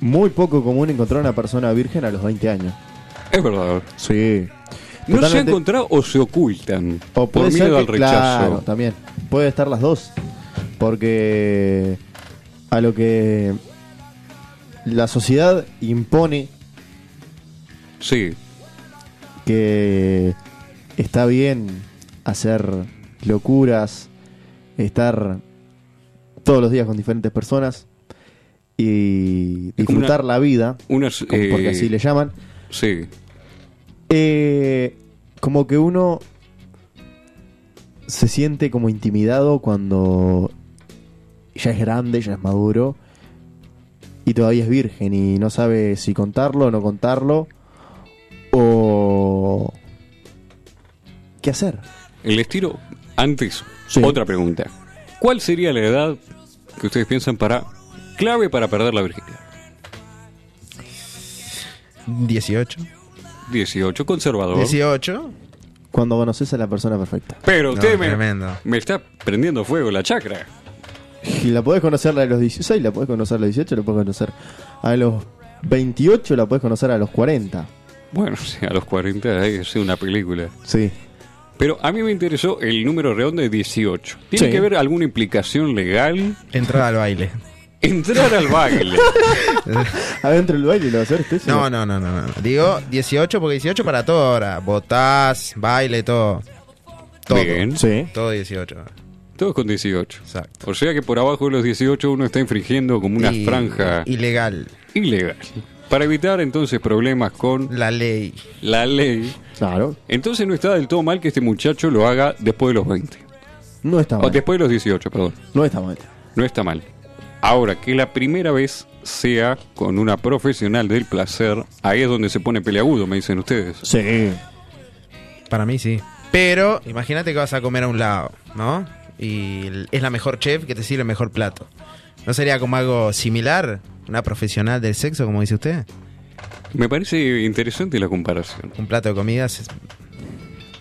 B: muy poco común encontrar una persona virgen a los 20 años.
A: Es verdad.
B: Sí.
A: No se ha
B: Totalmente-
A: encontrado o se ocultan
B: O puede
A: por
B: ser
A: miedo
B: que-
A: al rechazo.
B: Claro, también. Puede estar las dos. Porque a lo que la sociedad impone
A: Sí,
B: que está bien hacer locuras, estar todos los días con diferentes personas y
A: Es como
B: disfrutar
A: una-
B: la vida,
A: una,
B: como- porque
A: eh,
B: así le llaman.
A: sí,
B: Eh, como que uno se siente como intimidado cuando ya es grande, ya es maduro y todavía es virgen y no sabe si contarlo o no contarlo o qué hacer.
A: el estilo. Antes,
B: Sí.
A: otra pregunta. ¿Cuál sería la edad que ustedes piensan para clave para perder la virginidad?
C: 18.
A: 18, conservador.
C: 18.
B: Cuando conoces a la persona perfecta.
A: Pero usted
C: No,
A: me,
C: tremendo.
A: me está prendiendo fuego la chacra.
B: Y la podés conocer a los 16, la podés conocer a los 18, la podés conocer a los 28, la podés conocer a los 40.
A: Bueno, sí, a los 40 hay que hacer una película.
B: Sí.
A: Pero a mí me interesó el número redondo de 18. ¿Tiene
B: Sí.
A: que ver alguna implicación legal?
C: Entrada al baile.
A: Entrar al baile.
B: Adentro del baile lo va a hacer usted. señor.
C: No, no, no, no, no. Digo 18 porque 18 para todo ahora. Botás, baile, todo. Todo.
A: Bien.
B: Sí.
C: Todo 18.
A: Todos con 18.
C: Exacto.
A: O sea que por abajo de los 18 uno está infringiendo como una
C: Y-
A: franja
C: Ilegal.
A: ilegal. Para evitar entonces problemas con
C: La ley.
A: la ley,
B: Claro.
A: entonces no está del todo mal que este muchacho lo haga después de los 20.
C: Ah,
B: No está
A: O
B: mal.
A: después de los 18, perdón.
B: No está mal.
A: No está mal. Ahora, que la primera vez sea con una profesional del placer, ahí es donde se pone peleagudo, me dicen ustedes.
B: Sí.
C: Para mí sí. Pero imagínate que vas a comer a un lado, ¿no? Y l- es la mejor chef que te sirve el mejor plato. ¿No sería como algo similar? Una profesional del sexo, como dice usted.
A: Me parece interesante la comparación.
C: Un plato de comidas. es-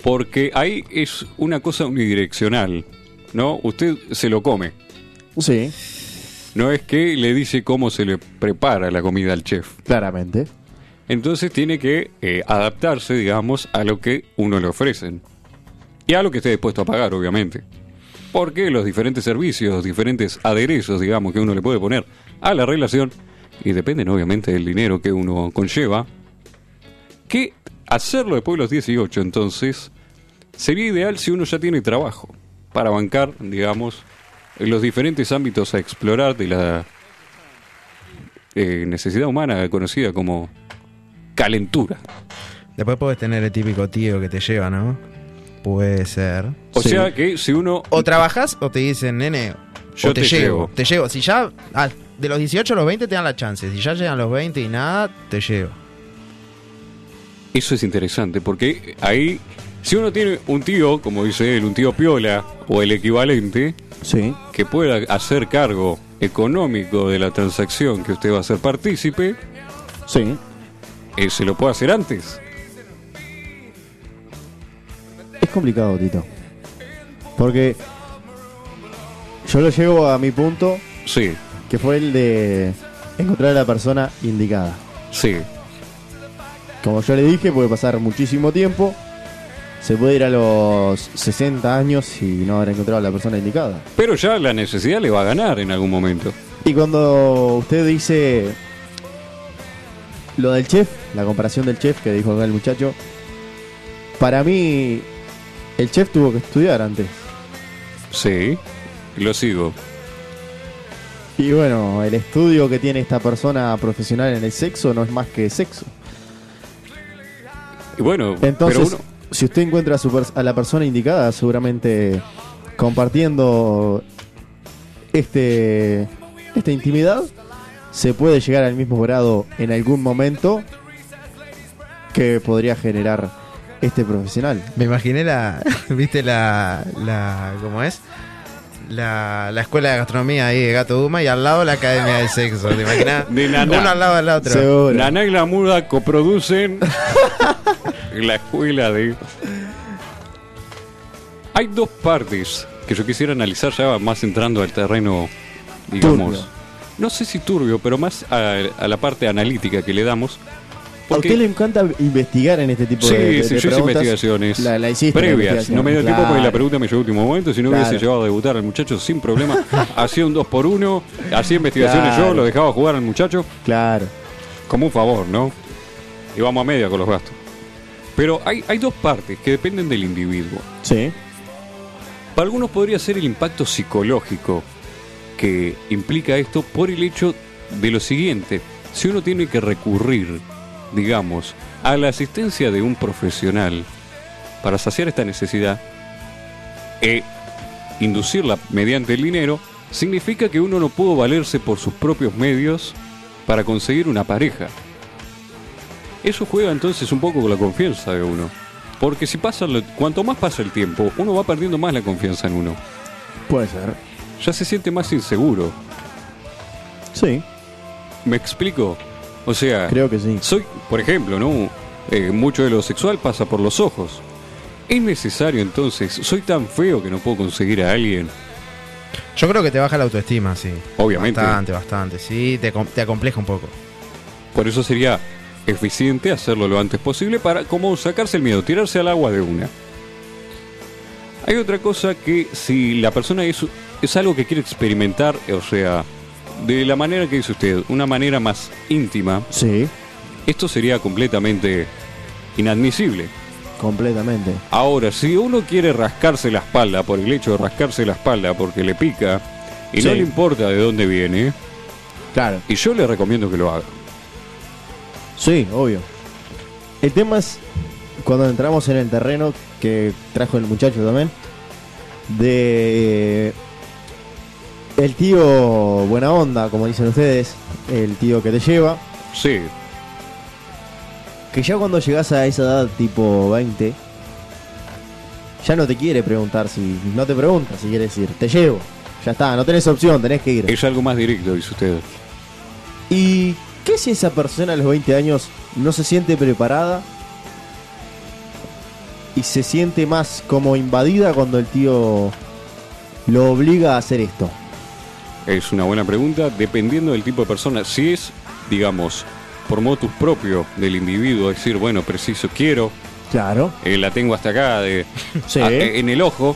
A: Porque ahí es una cosa unidireccional, ¿no? Usted se lo come.
B: Sí,
A: No es que le dice cómo se le prepara la comida al chef.
B: claramente.
A: Entonces tiene que eh, adaptarse, digamos, a lo que uno le ofrecen. Y a lo que esté dispuesto a pagar, obviamente. Porque los diferentes servicios, diferentes aderezos, digamos, que uno le puede poner a la relación, y dependen obviamente del dinero que uno conlleva, que hacerlo después de los 18, entonces, sería ideal si uno ya tiene trabajo para bancar, digamos, los diferentes ámbitos a explorar de la eh, necesidad humana conocida como calentura.
C: Después puedes tener el típico tío que te lleva, ¿no? Puede ser.
A: O
B: Sí.
A: sea que si uno...
C: O trabajas o te dicen, nene,
A: Yo
C: o
A: te llevo.
C: Te llevo. Si ya ah, de los 18 a los 20 te dan la chance. Si ya llegan los 20 y nada, te llevo.
A: Eso es interesante, porque ahí, si uno tiene un tío, como dice él, un tío piola o el equivalente,
B: Sí.
A: que pueda hacer cargo económico de la transacción que usted va a ser partícipe,
B: Sí.
A: eh, se lo puede hacer antes.
B: Es complicado, Tito. Porque yo lo llevo a mi punto,
A: Sí,
B: que fue el de encontrar a la persona indicada.
A: Sí.
B: Como yo le dije, puede pasar muchísimo tiempo. Se puede ir a los 60 años y no haber encontrado a la persona indicada.
A: Pero ya la necesidad le va a ganar en algún momento.
B: Y cuando usted dice lo del chef, la comparación del chef que dijo acá el muchacho, para mí el chef tuvo que estudiar antes.
A: Sí. Lo sigo.
B: Y bueno, el estudio que tiene esta persona profesional en el sexo no es más que sexo.
A: Y bueno,
B: Entonces,
A: pero uno-
B: si usted encuentra a, su pers- a la persona indicada, seguramente compartiendo este esta intimidad, se puede llegar al mismo grado en algún momento que podría generar este profesional.
C: Me imaginé la. ¿Viste la. la ¿Cómo es? La, la escuela de gastronomía ahí de Gato Duma y al lado la academia de sexo, ¿te imaginas?
A: De
C: Uno
A: nana.
C: al lado del otro.
B: Seguro.
A: Nana y la muda coproducen la escuela de. Hay dos partes que yo quisiera analizar ya más entrando al terreno, digamos.
B: Turbio.
A: No sé si turbio, pero más a, a la parte analítica que le damos.
B: A
A: porque-
B: usted le encanta investigar en este tipo
A: Sí,
B: de, de-
A: sí, yo
B: de
A: hice
B: preguntas.
A: investigaciones
B: La, la hiciste, la
A: previas.
B: investigación,
A: No me dio tiempo porque la
B: claro.
A: pregunta me llegó a último momento. Si no
B: Claro.
A: hubiese llevado a debutar al muchacho sin problema, hacía un 2 por 1 hacía investigaciones yo,
B: Claro.
A: lo dejaba jugar al muchacho
B: Claro.
A: como un favor, ¿no? Y vamos a media con los gastos. Pero hay, hay dos partes que dependen del individuo.
B: Sí.
A: Para algunos podría ser el impacto psicológico que implica esto por el hecho de lo siguiente. Si uno tiene que recurrir, digamos, a la asistencia de un profesional para saciar esta necesidad e inducirla mediante el dinero, significa que uno no pudo valerse por sus propios medios para conseguir una pareja. Eso juega entonces un poco con la confianza de uno. Porque si pasa, lo- cuanto más pasa el tiempo, uno va perdiendo más la confianza en uno.
B: Puede ser.
A: Ya se siente más inseguro.
B: Sí,
A: ¿Me explico? O sea,
B: creo que sí.
A: soy, por ejemplo, ¿no? Eh, mucho de lo sexual pasa por los ojos. Es necesario entonces, soy tan feo que no puedo conseguir a alguien.
C: Yo creo que te baja la autoestima, sí.
A: Obviamente.
C: Bastante, bastante, sí. Te, com- te acompleja un poco.
A: Por eso sería eficiente hacerlo lo antes posible para como sacarse el miedo, tirarse al agua de una. Hay otra cosa que si la persona es, es algo que quiere experimentar, o sea, de la manera que dice usted, una manera más íntima,
B: Sí,
A: esto sería completamente inadmisible.
B: completamente.
A: Ahora, si uno quiere rascarse la espalda por el hecho de rascarse la espalda porque le pica y no
B: Sí.
A: le importa de dónde viene,
B: Claro.
A: y yo le recomiendo que lo haga.
B: Sí, obvio. El tema es cuando entramos en el terreno que trajo el muchacho también. De. eh, El tío buena onda, como dicen ustedes. El tío que te lleva.
A: Sí,
B: Que ya cuando llegas a esa edad tipo 20. Ya no te quiere preguntar si. No te pregunta si quieres ir. Te llevo. Ya está, no tenés opción, tenés que ir.
A: es algo más directo, dice usted.
B: ¿Y qué si esa persona a los 20 años no se siente preparada? Y se siente más como invadida cuando el tío lo obliga a hacer esto.
A: Es una buena pregunta, dependiendo del tipo de persona. Si es, digamos, por motus propio del individuo, es decir, bueno, preciso, quiero,
B: Claro.
A: eh, la tengo hasta acá, de,
B: Sí.
A: a- eh, en el ojo,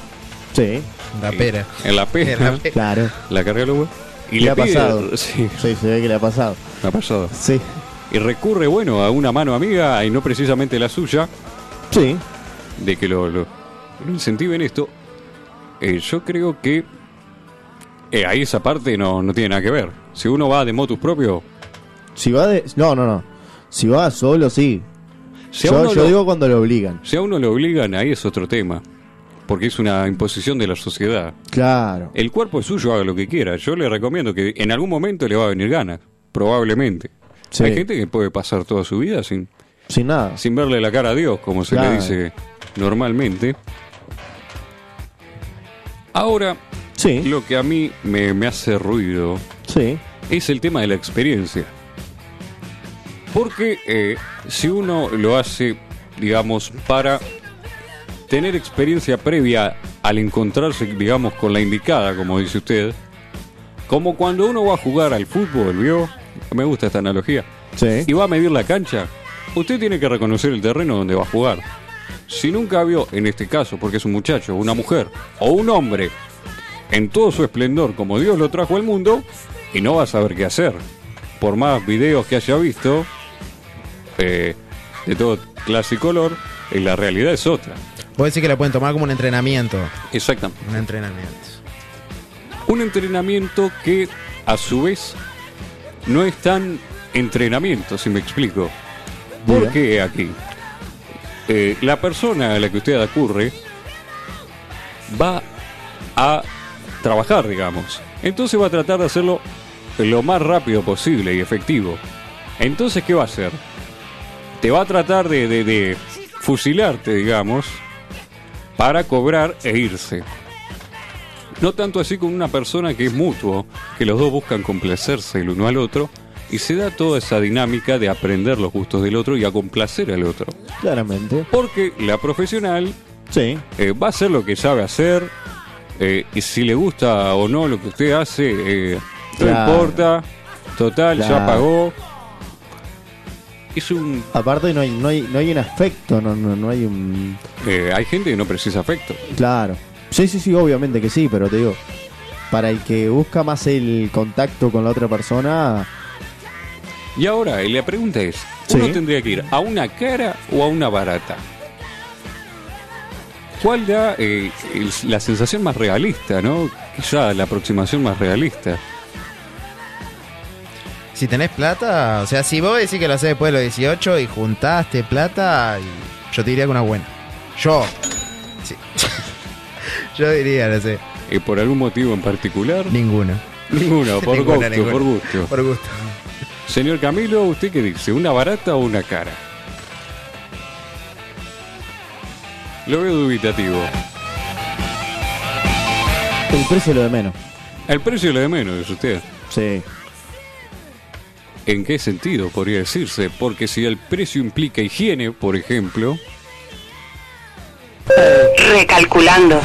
B: Sí,
C: La
A: eh,
C: pera.
A: en la
C: En la
A: pera,
C: pera.
B: claro.
A: la carga al huevo, Y
B: eh, Le
A: le
B: ha
A: pide-
B: pasado.
A: sí,
B: Sí, se ve que le ha pasado.
A: me ha pasado.
B: Sí.
A: Y recurre, bueno, a una mano amiga, y no precisamente la suya,
B: Sí.
A: de que lo, lo, lo incentiven esto. eh, yo creo que eh, ahí esa parte no, no tiene nada que ver. Si uno va de motus propio,
B: Si va de. No, no, no. Si va solo, sí.
A: si a
B: yo
A: uno
B: yo
A: lo-
B: digo cuando lo obligan.
A: Si a uno lo obligan, ahí es otro tema. Porque es una imposición de la sociedad.
B: Claro.
A: El cuerpo es suyo, haga lo que quiera. Yo le recomiendo que en algún momento le va a venir ganas. Probablemente.
B: Sí.
A: Hay gente que puede pasar toda su vida sin,
B: Sin nada.
A: sin verle la cara a Dios, como se
B: Claro.
A: le dice normalmente. Ahora,
B: Sí.
A: lo que a mí me, me hace ruido
B: Sí.
A: es el tema de la experiencia. Porque eh, si uno lo hace, digamos, para tener experiencia previa al encontrarse, digamos, con la indicada, como dice usted, como cuando uno va a jugar al fútbol, ¿vio? me gusta esta analogía,
B: Sí.
A: y va a medir la cancha, usted tiene que reconocer el terreno donde va a jugar. Si nunca vio, en este caso, porque es un muchacho, una mujer o un hombre, en todo su esplendor como Dios lo trajo al mundo, y no va a saber qué hacer. Por más videos que haya visto, eh, de todo clase y color, eh, la realidad es otra.
C: Vos decís que lo pueden tomar como un entrenamiento.
A: Exactamente.
C: Un entrenamiento.
A: Un entrenamiento que, a su vez, no es tan entrenamiento, si me explico. ¿Por
B: Diga.
A: qué aquí? Eh, la persona a la que usted acurre va a trabajar, digamos. Entonces va a tratar de hacerlo lo más rápido posible y efectivo. Entonces, ¿qué va a hacer? Te va a tratar de, de- de fusilarte, digamos, para cobrar e irse. No tanto así con una persona que es mutuo, que los dos buscan complacerse el uno al otro, y se da toda esa dinámica de aprender los gustos del otro y a complacer al otro.
B: Claramente.
A: Porque la profesional
B: Sí.
A: eh, va a hacer lo que sabe hacer, eh, y si le gusta o no lo que usted hace, eh, no
B: Claro.
A: importa, total, ya
B: Claro.
A: pagó. Es un,
B: Aparte no hay, no hay, no hay un afecto, no, no, no hay un...
A: eh, hay gente que no precisa afecto.
B: Claro. Sí, sí, sí, obviamente que sí, pero te digo, para el que busca más el contacto con la otra persona,
A: Y ahora, eh, la pregunta es, ¿uno
B: Sí.
A: tendría que ir a una cara o a una barata? ¿Cuál da eh, el- la sensación más realista, no? Quizá la aproximación más realista.
C: Si tenés plata, o sea, si vos decís que lo haces después de los 18 y juntaste plata, y yo te diría que una buena. Yo. Sí. yo diría, no sé,
A: Eh, ¿Por algún motivo en particular?
C: ninguna.
A: Ninguno, por
C: Ninguna,
A: gusto,
C: ninguna.
A: por gusto.
C: Por gusto.
A: Señor Camilo, ¿usted qué dice? ¿Una barata o una cara? Lo veo dubitativo.
B: el precio es lo de menos.
A: El precio es lo de menos, dice usted.
B: Sí.
A: ¿En qué sentido podría decirse? Porque si el precio implica higiene, por ejemplo,
F: Recalculando.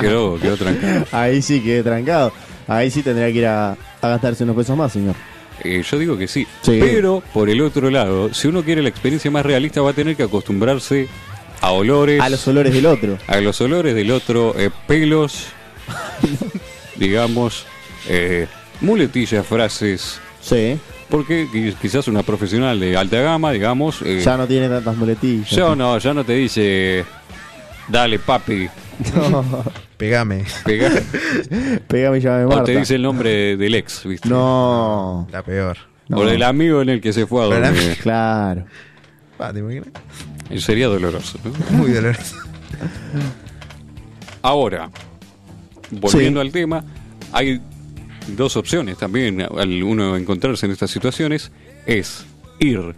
A: quedó, quedó trancado.
B: Ahí sí quedé trancado. Ahí sí tendría que ir a, a gastarse unos pesos más, señor.
A: Eh, yo digo que sí.
B: Sí.
A: Pero, por el otro lado, si uno quiere la experiencia más realista, va a tener que acostumbrarse a olores,
B: A los olores del otro.
A: a los olores del otro, eh, pelos, digamos, eh, muletillas, frases.
B: Sí.
A: Porque qui- quizás una profesional de alta gama, digamos, eh,
B: Ya no tiene tantas muletillas.
A: ya no, ya no te dice, dale papi,
C: Pegame.
A: pegá",
B: Pégame y llámame
A: o
B: Marta.
A: te dice el nombre del ex, ¿viste?
B: No.
C: La peor.
B: no.
A: O del amigo en el que se fue a
C: Pero la-
A: dormir.
B: Claro.
C: Ah, ¿te imaginas?
A: Eh, Sería doloroso. ¿no?
C: Muy doloroso.
A: Ahora, volviendo
B: Sí.
A: al tema, hay dos opciones también al uno encontrarse en estas situaciones, es ir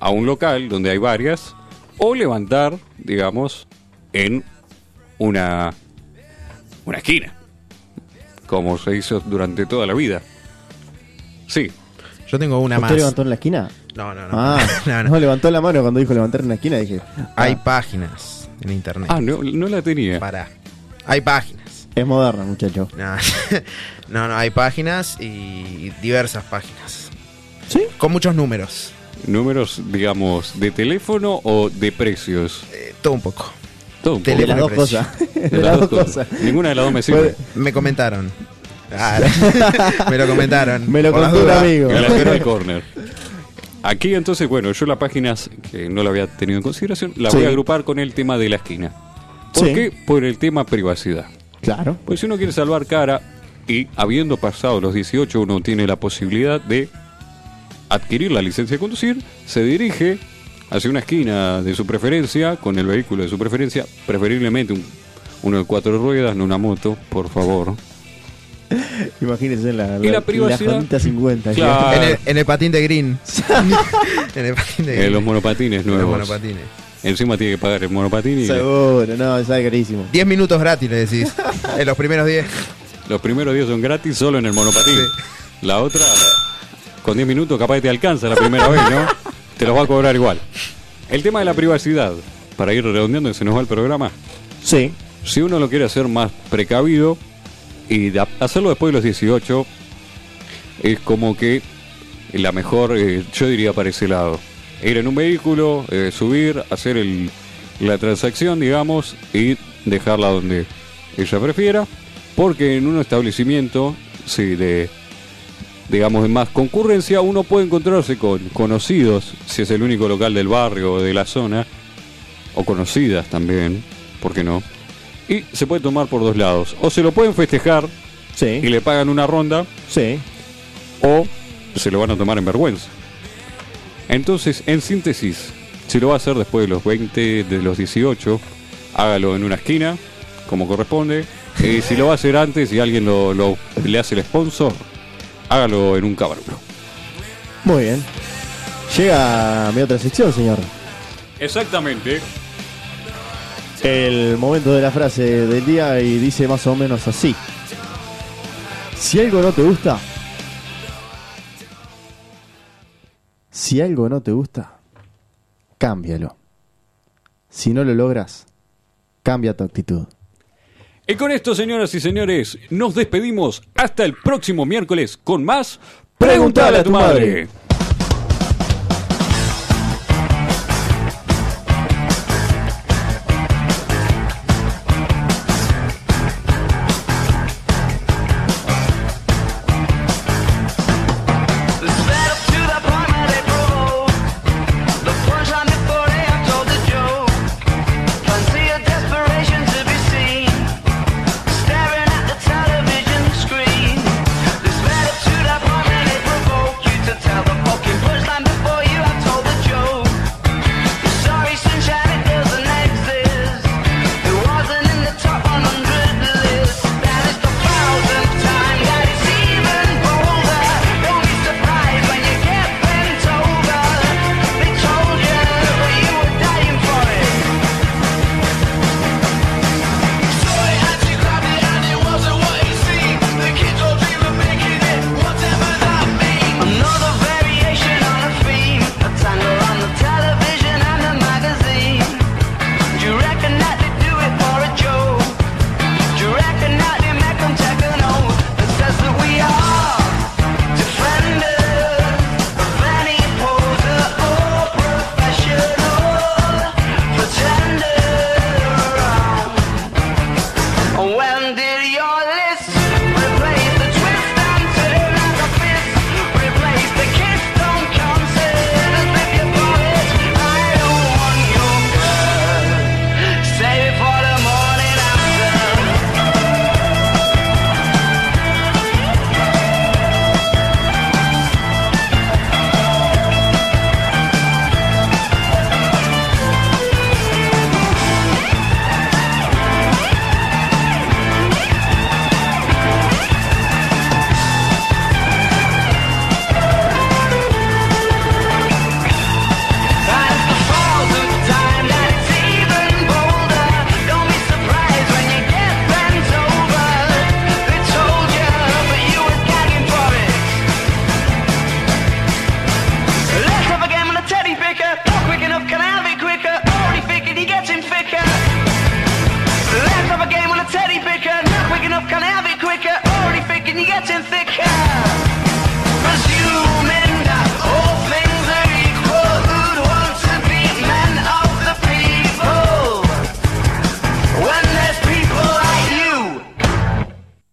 A: a un local donde hay varias o levantar, digamos, en una una esquina, como se hizo durante toda la vida. Sí,
C: Yo tengo una más.
B: ¿Usted levantó en la esquina?
C: No, no, no.
B: Ah,
C: no,
B: no,
C: no.
B: levantó la mano cuando dijo levantar en la esquina. Dije, ah,
C: Hay páginas en internet.
A: ah, no, no la tenía.
C: Pará. Hay páginas.
B: "Ah, es moderna, muchacho.
C: No, no, no, hay páginas y diversas páginas.
B: ¿Sí?
C: Con muchos números.
A: Números, digamos, de teléfono o de precios.
C: Eh, todo un poco.
A: Todo un
B: De
C: Tele-
A: poco.
B: las dos
C: precio.
B: cosas. De las dos cosas.
A: Ninguna de las dos me sirve.
B: Puede-
C: Me comentaron. Ah, me lo comentaron.
B: Me lo
C: Por las
B: contó un
C: dudas.
B: amigo.
A: A la altura del corner. Aquí entonces, bueno, yo la página que no la había tenido en consideración, la
B: Sí.
A: voy a agrupar con el tema de la esquina. ¿Por
B: Sí.
A: qué? Por el tema privacidad.
B: Claro.
A: Pues si uno quiere salvar cara y habiendo pasado los 18 uno tiene la posibilidad de adquirir la licencia de conducir, se dirige hacia una esquina de su preferencia, con el vehículo de su preferencia, preferiblemente un- uno de cuatro ruedas, no una moto, por favor.
B: pues. Imagínense la,
A: Y la privacidad.
B: Honda 50.
A: Claro.
C: En el, en el patín de Green. en el patín de Green.
A: Eh, los monopatines
C: En los
A: nuevos.
C: monopatines.
A: Encima tiene que pagar el monopatín y
B: Seguro, no, es carísimo.
C: 10 minutos gratis, le decís. en los primeros 10.
A: Los primeros 10 son gratis solo en el monopatín. La otra, con 10 minutos capaz que te alcanza la primera vez, ¿no? Te los va a cobrar igual. El tema de la privacidad, para ir redondeando, se nos va el programa.
B: Sí.
A: Si uno lo quiere hacer más precavido y de- hacerlo después de los 18, es como que la mejor, eh, yo diría para ese lado. Ir en un vehículo, eh, subir, hacer el- la transacción, digamos, y dejarla donde ella prefiera, porque en un establecimiento, sí, de, digamos, de más concurrencia, uno puede encontrarse con conocidos, si es el único local del barrio o de la zona, o conocidas también, ¿por qué no? Y se puede tomar por dos lados. O se lo pueden festejar
B: Sí,
A: y le pagan una ronda,
B: sí.
A: o se lo van a tomar en vergüenza. Entonces, en síntesis, si lo va a hacer después de los 20, de los 18, hágalo en una esquina, como corresponde. Y si lo va a hacer antes y alguien lo, lo- le hace el sponsor, hágalo en un cabarno.
B: Muy bien. Llega mi otra sección, señor.
A: Exactamente.
B: El momento de la frase del día y dice más o menos así. Si algo no te gusta... Si algo no te gusta, cámbialo. Si no lo logras, cambia tu actitud.
A: Y con esto, señoras y señores, nos despedimos hasta el próximo miércoles con más
B: Preguntale a tu madre.